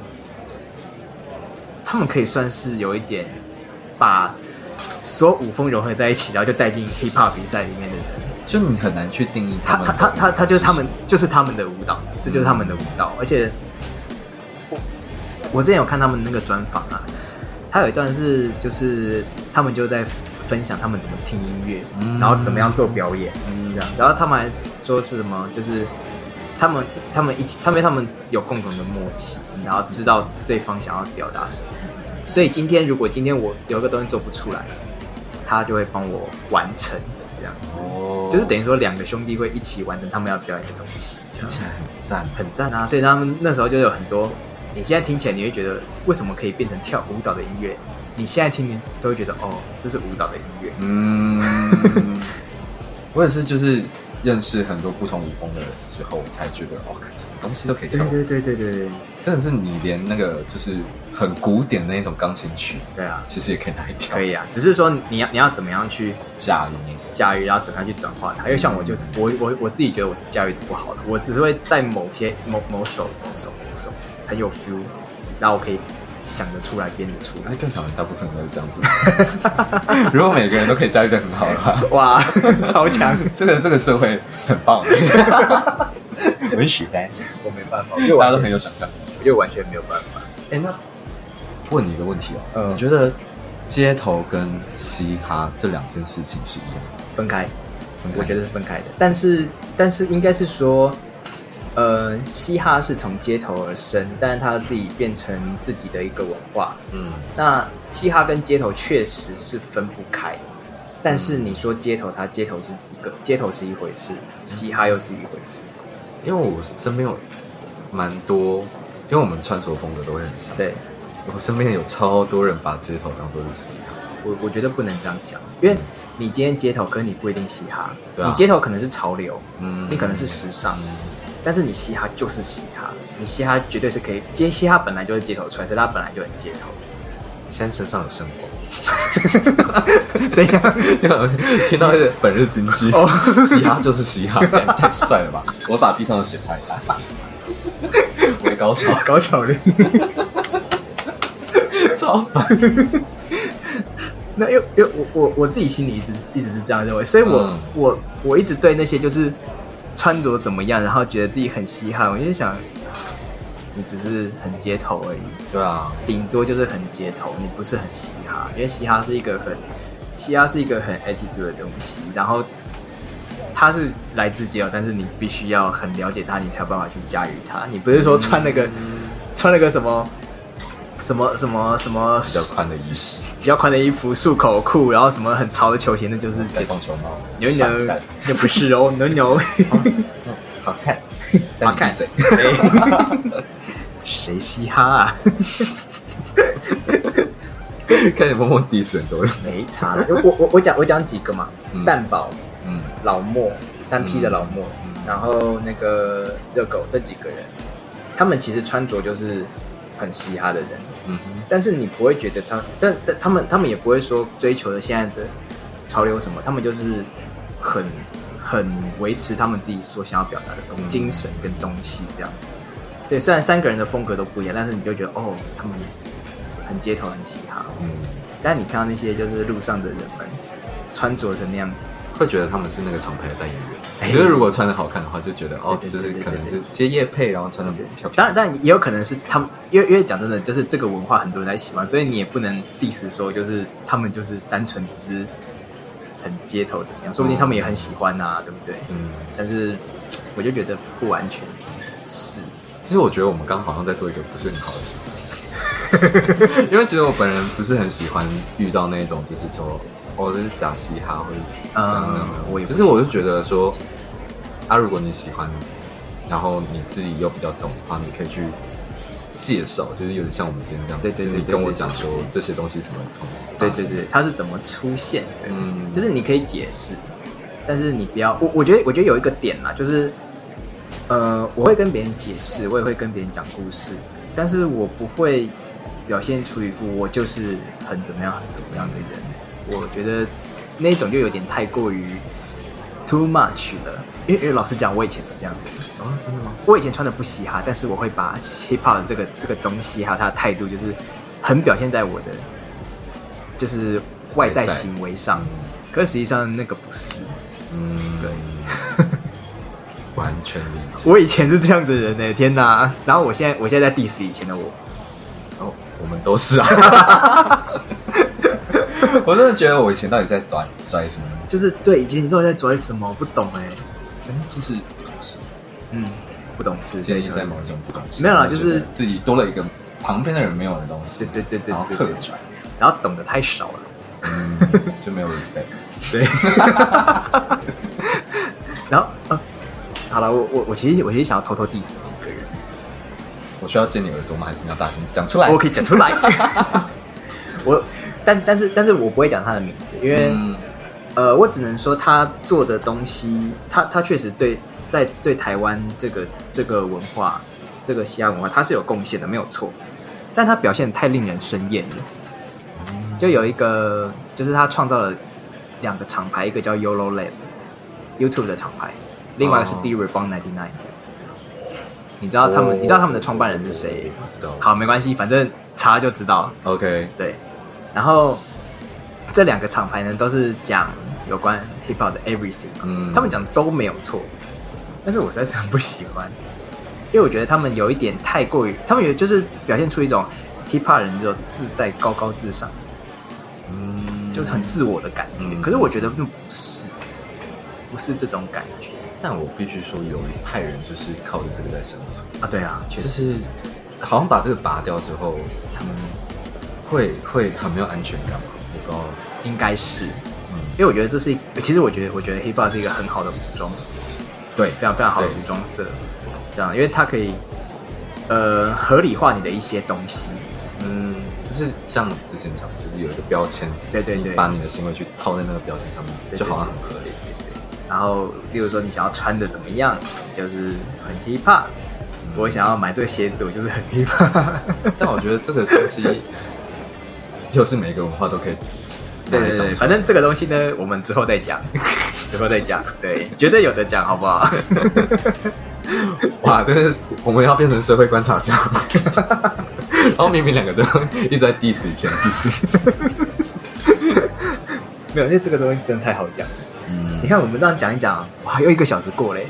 Speaker 1: 他们可以算是有一点把所有舞风融合在一起，然后就带进 hip hop 比赛里面的人。
Speaker 2: 就你很难去定义
Speaker 1: 他
Speaker 2: 们
Speaker 1: 他
Speaker 2: 的
Speaker 1: 他他他就是他们
Speaker 2: 是什么，
Speaker 1: 就是他们的舞蹈，这就是他们的舞蹈。而且我我之前有看他们那个专访啊，他有一段是就是他们就在分享他们怎么听音乐，
Speaker 2: 嗯
Speaker 1: 然后怎么样做表演，
Speaker 2: 嗯
Speaker 1: 这样。然后他们还说是什么，就是他们他们一起，他们他们有共同的默契，然后知道对方想要表达什么。所以今天如果今天我有一个东西做不出来，他就会帮我完成这样子。
Speaker 2: 哦
Speaker 1: 就是等于说两个兄弟会一起完成他们要表演的东西，
Speaker 2: 听起来很赞，
Speaker 1: 很赞啊！所以他们那时候就有很多，你现在听起来你会觉得为什么可以变成跳舞蹈的音乐？你现在听你都会觉得哦，这是舞蹈的音乐。
Speaker 2: 嗯，我也是，就是认识很多不同舞风的人之后，我才觉得哦，看什么东西都可以
Speaker 1: 对
Speaker 2: 跳舞，
Speaker 1: 对对对对对
Speaker 2: 真的是你连那个就是很古典的那种钢琴曲，
Speaker 1: 对啊，
Speaker 2: 其实也可以拿来跳，
Speaker 1: 可以啊！只是说你要你要怎么样去
Speaker 2: 驾驭那个。
Speaker 1: 驾驭，然后怎么样去转化它。因为像我就我我我自己觉得我是驾驭的不好的，我只是会在某些某某首某首某首很有 feel，然后我可以想得出来编得出来
Speaker 2: 哎，。正常人大部分都是这样 子。如果每个人都可以驾驭的很好的 话，
Speaker 1: 哇， 超强！
Speaker 2: 这个这个社会很棒。 我很喜欢，
Speaker 1: 我没办法，
Speaker 2: 大家都很有想象力。
Speaker 1: 因为完全没有办法。
Speaker 2: 哎、那问你一个问题哦，
Speaker 1: 嗯
Speaker 2: 你觉得街头跟嘻哈这两件事情是一样的吗？
Speaker 1: 分开，
Speaker 2: 分开
Speaker 1: 我觉得是分开的。但是，但是应该是说，呃，嘻哈是从街头而生，但是它自己变成自己的一个文化。
Speaker 2: 嗯，
Speaker 1: 那嘻哈跟街头确实是分不开的，但是你说街头，它街头是一个街头是一回事，
Speaker 2: 嗯
Speaker 1: 嘻哈又是一回事。
Speaker 2: 因为我身边有蛮多，因为我们穿着风格都会很像。，
Speaker 1: 对
Speaker 2: 我身边有超多人把街头当做是嘻哈。
Speaker 1: 我，我觉得不能这样讲，因为你今天街头，可是你不一定嘻哈，
Speaker 2: 对啊
Speaker 1: 你街头可能是潮流，
Speaker 2: 嗯
Speaker 1: 你可能是时尚。
Speaker 2: 嗯
Speaker 1: 但是你嘻哈就是嘻哈，你嘻哈绝对是可以街嘻哈本来就是街头出来，所以它本来就很街头。
Speaker 2: 现在身上有生活，
Speaker 1: 怎样？
Speaker 2: 因为我 听到一个本日金句，
Speaker 1: 哦
Speaker 2: 嘻哈就是 嘻哈，感觉太帅了吧！我把地上的血擦一擦，我的高潮，
Speaker 1: 搞巧了。
Speaker 2: 超烦。
Speaker 1: 那因为因为我我我自己心里一直一直是这样认为，所以我、
Speaker 2: 嗯
Speaker 1: 我我一直对那些就是穿着怎么样，然后觉得自己很嘻哈，我就想，你只是很街头而已，
Speaker 2: 对啊，
Speaker 1: 顶多就是很街头，你不是很嘻哈，因为嘻哈是一个很嘻哈是一个很 attitude 的东西，然后它是来自街头，但是你必须要很了解它，你才有办法去驾驭它。你不是说穿那个、穿那个什么什么什么什么
Speaker 2: 比较宽的衣服，
Speaker 1: 比较宽的衣服、束口裤，然后什么很潮的球鞋，那就是
Speaker 2: 戴棒球帽，
Speaker 1: 牛牛
Speaker 2: 反戴，
Speaker 1: 那不是哦，牛牛。
Speaker 2: 好 看，
Speaker 1: 好看
Speaker 2: 但你闭嘴。
Speaker 1: 哎谁嘻哈啊？
Speaker 2: 开始默默 diss 很多人，
Speaker 1: 没差了。我我我讲我讲几个嘛，
Speaker 2: 嗯
Speaker 1: 蛋堡、
Speaker 2: 嗯
Speaker 1: 老莫三 P 的老莫，
Speaker 2: 嗯
Speaker 1: 然后那个热狗这几个人，他们其实穿着就是很嘻哈的人，
Speaker 2: 嗯哼，
Speaker 1: 但是你不会觉得他，但但他们他们也不会说追求的现在的潮流什么，他们就是很很维持他们自己所想要表达的东
Speaker 2: 嗯
Speaker 1: 精神跟东西这样子。所以虽然三个人的风格都不一样，但是你就觉得哦，他们很街头很嘻哈。
Speaker 2: 嗯，
Speaker 1: 但你看到那些就是路上的人们穿着成那样子，
Speaker 2: 会觉得他们是那个厂牌的代言人。
Speaker 1: 哎
Speaker 2: 就是如果穿的好看的话，就觉得哦，
Speaker 1: 对
Speaker 2: 就
Speaker 1: 对
Speaker 2: 是
Speaker 1: 对
Speaker 2: 可能
Speaker 1: 对
Speaker 2: 就
Speaker 1: 对
Speaker 2: 接夜配，然后穿的漂漂。
Speaker 1: 当然，当然也有可能是他们，因为因为讲真的，就是这个文化很多人在喜欢，所以你也不能 diss 说就是他们就是单纯只是很街头怎么样，说不定他们也很喜欢啊，对不对？
Speaker 2: 嗯，
Speaker 1: 但是我就觉得不完全是，
Speaker 2: 其实我觉得我们刚刚好像在做一个不是很好的事情， 因为其实我本人不是很喜欢遇到那种就是说哦，这是假嘻哈或者怎样的
Speaker 1: 嗯，我也不
Speaker 2: 就是我就觉得说啊，如果你喜欢，然后你自己又比较懂的话，你可以去。介绍就是有点像我们今天这样，
Speaker 1: 对对对
Speaker 2: 就是你
Speaker 1: 对
Speaker 2: 跟我
Speaker 1: 对
Speaker 2: 讲
Speaker 1: 对
Speaker 2: 说这些东西怎么东西，
Speaker 1: 对对对，它是怎么出现的？
Speaker 2: 嗯
Speaker 1: 就是你可以解释，但是你不要，我我觉得我觉得有一个点啦，就是呃，我会跟别人解释，我也会跟别人讲故事，但是我不会表现出一副我就是很怎么样很怎么样的人。我觉得那种就有点太过于 too much 了，因为因为老实讲，我以前是这样的人。
Speaker 2: 啊，真的吗？
Speaker 1: 我以前穿的不嘻哈，但是我会把 hip hop 的这个这个东西还有它的态度，就是很表现在我的就是外在行为上。可是实际上那个不是，
Speaker 2: 嗯，对， 完全理解。
Speaker 1: 我以前是这样的人呢、欸天哪！然后我现在我现在在 diss 以前的我，
Speaker 2: 哦，我们都是啊。啊 我真的觉得我以前到底在拽拽什么？
Speaker 1: 就是对以前你到底在拽什么？我不懂哎、
Speaker 2: 哎，就是不懂事，
Speaker 1: 嗯，不懂事，
Speaker 2: 建立在某一种不懂事。
Speaker 1: 没有啦
Speaker 2: 然后觉得
Speaker 1: 就是
Speaker 2: 自己多了一个旁边的人没有的东西，
Speaker 1: 对对对对对
Speaker 2: 然后特拽，
Speaker 1: 然后懂得太少了。
Speaker 2: 嗯， 就没有 respect。
Speaker 1: 对，然后呃，好了，我我我其实我其实想要偷偷 diss 几个人。
Speaker 2: 我需要借你耳朵吗？还是你要大声讲出来？
Speaker 1: 我可以讲 出来。我，但但是但是我不会讲他的名字，因为、
Speaker 2: 嗯
Speaker 1: 呃，我只能说他做的东西，他他确实对在对台湾这个这个文化，这个西亚文化，他是有贡献的，没有错。但他表现得太令人生厌了。就有一个，就是他创造了两个厂牌，一个叫 Yolo Lab，YouTube 的厂牌，另外一个是
Speaker 2: 哦
Speaker 1: D Rebound Ninety Nine。你知道他们你知道他们的创办人是谁？
Speaker 2: 不知道。
Speaker 1: 好，没关系，反正查就知道了。
Speaker 2: ，OK，
Speaker 1: 对，然后这两个厂牌呢，都是讲有关 hip hop 的 everything，、
Speaker 2: 嗯
Speaker 1: 他们讲的都没有错，但是我实在是很不喜欢，因为我觉得他们有一点太过于，他们也就是表现出一种 hip hop 人的自在高高自上，
Speaker 2: 嗯，
Speaker 1: 就是很自我的感觉。
Speaker 2: 嗯
Speaker 1: 可是我觉得并不是，不是这种感觉
Speaker 2: 但我必须说，有一派人就是靠着这个在生存。
Speaker 1: 啊。对啊，确
Speaker 2: 就
Speaker 1: 实，
Speaker 2: 是好像把这个拔掉之后，他们会会很没有安全感吧？我不知道，
Speaker 1: 应该是。
Speaker 2: 嗯，
Speaker 1: 因为我觉得这是一，其实我觉得，我觉得 hip hop 是一个很好的武装，
Speaker 2: 对，
Speaker 1: 非常非常好的
Speaker 2: 对
Speaker 1: 服装色，这样，因为它可以呃合理化你的一些东西，
Speaker 2: 嗯，就是像之前讲的，就是有一个标签，
Speaker 1: 对对对
Speaker 2: 你把你的行为去套在那个标签上面，
Speaker 1: 对对
Speaker 2: 就好像很合理，对对，
Speaker 1: 然后例如说你想要穿的怎么样，就是很 hip hop，、我想要买这个鞋子，我就是很 hip hop，
Speaker 2: 但我觉得这个东西，就是每个文化都可以 拿
Speaker 1: 对
Speaker 2: 来
Speaker 1: 对
Speaker 2: 讲出
Speaker 1: 对，
Speaker 2: 来，
Speaker 1: 反正这个东西呢，我们之后再 讲，之后再讲，对，绝对有的讲，好不好？
Speaker 2: 哇，真的是我们要变成社会观察家，然后明明两个都一直在 diss 以前自己，
Speaker 1: 没有，因为这个东西真的太好讲了，
Speaker 2: 嗯
Speaker 1: 你看我们这样讲一讲，哇，又一个小时过嘞，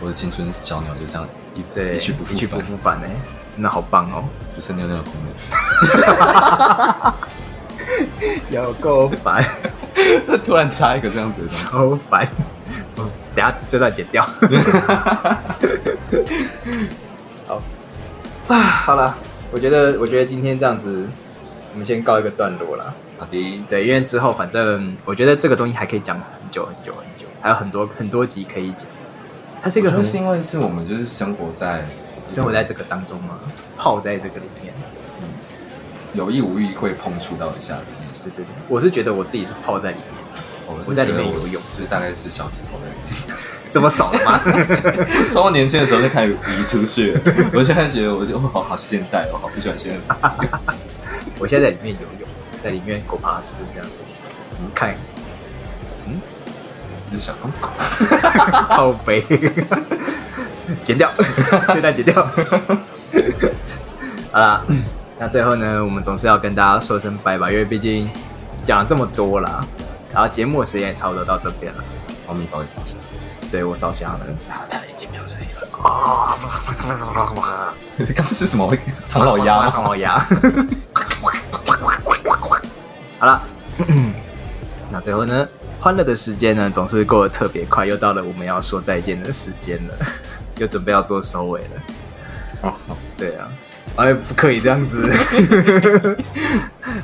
Speaker 2: 我的青春小鸟就这样一
Speaker 1: 对，
Speaker 2: 一去不复
Speaker 1: 一去
Speaker 2: 返
Speaker 1: 不，复返嘞，真的好棒哦。
Speaker 2: 只剩尿尿的功能。
Speaker 1: 有够烦，
Speaker 2: 突然插一个这样子的东 西，
Speaker 1: 超烦。我等下这段剪 掉。好啊，好了，我觉得，我觉得今天这样子，我们先告一个段落了。
Speaker 2: 好的，
Speaker 1: 对，因为之后反正我觉得这个东西还可以讲很久很久很久，还有很多很多集可以讲。它是一个
Speaker 2: 我觉
Speaker 1: 很
Speaker 2: 得是因为是我们就是生活在
Speaker 1: 生活在这个当中嘛，泡在这个里面。
Speaker 2: 有意无意会碰触到一下的那种
Speaker 1: 对。对对，我是觉得我自己是泡在里面，我在里面游泳，
Speaker 2: 就是大概是小指头的。
Speaker 1: 这么少了吗？
Speaker 2: 从我年轻的时候就开始移出去了，我现在觉得我就哦好好现代哦，我好不喜欢现在的自己。
Speaker 1: 我现在在里面游泳，在里面狗爬式这样子，嗯看
Speaker 2: 就是小公狗，
Speaker 1: 靠 背，剪掉，这段剪掉。 好啦，那最后呢，我们总是要跟大家说声拜拜，因为毕竟讲了这么多啦，然后节目的时间也差不多到这边了。
Speaker 2: 猫咪高一早 上，
Speaker 1: 对我烧香了，
Speaker 2: 它已经没有声 音了。刚刚是什么？唐老鸭吗？
Speaker 1: 唐老鸭。 好了， 那最后呢，欢乐的时间呢总是过得特别快，又到了我们要说再见的时间了， 又准备要做收尾了。
Speaker 2: 哦，好
Speaker 1: 对啊，哎，不可以这样子。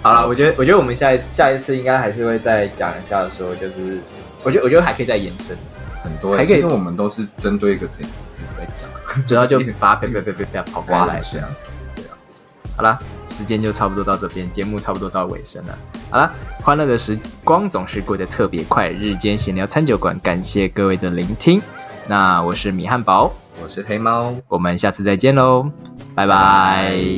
Speaker 1: 好了，我觉得，我觉得我们下一下一次应该还是会再讲一下，说就是，我觉得，我觉得还可以再延 伸，
Speaker 2: 很多欸。
Speaker 1: 还可以
Speaker 2: 其实我们都是针对一个点一直在讲，
Speaker 1: 主要就把它啪啪啪啪啪跑过
Speaker 2: 挖
Speaker 1: 来
Speaker 2: 一。下。
Speaker 1: 好啦，时间就差不多到这边，节目差不多到尾声了。好啦，欢乐的时光总是过得特别快，日间闲聊餐酒馆，感谢各位的聆听。那我是米汉堡，
Speaker 2: 我是黑猫。
Speaker 1: 我们下次再见喽，拜拜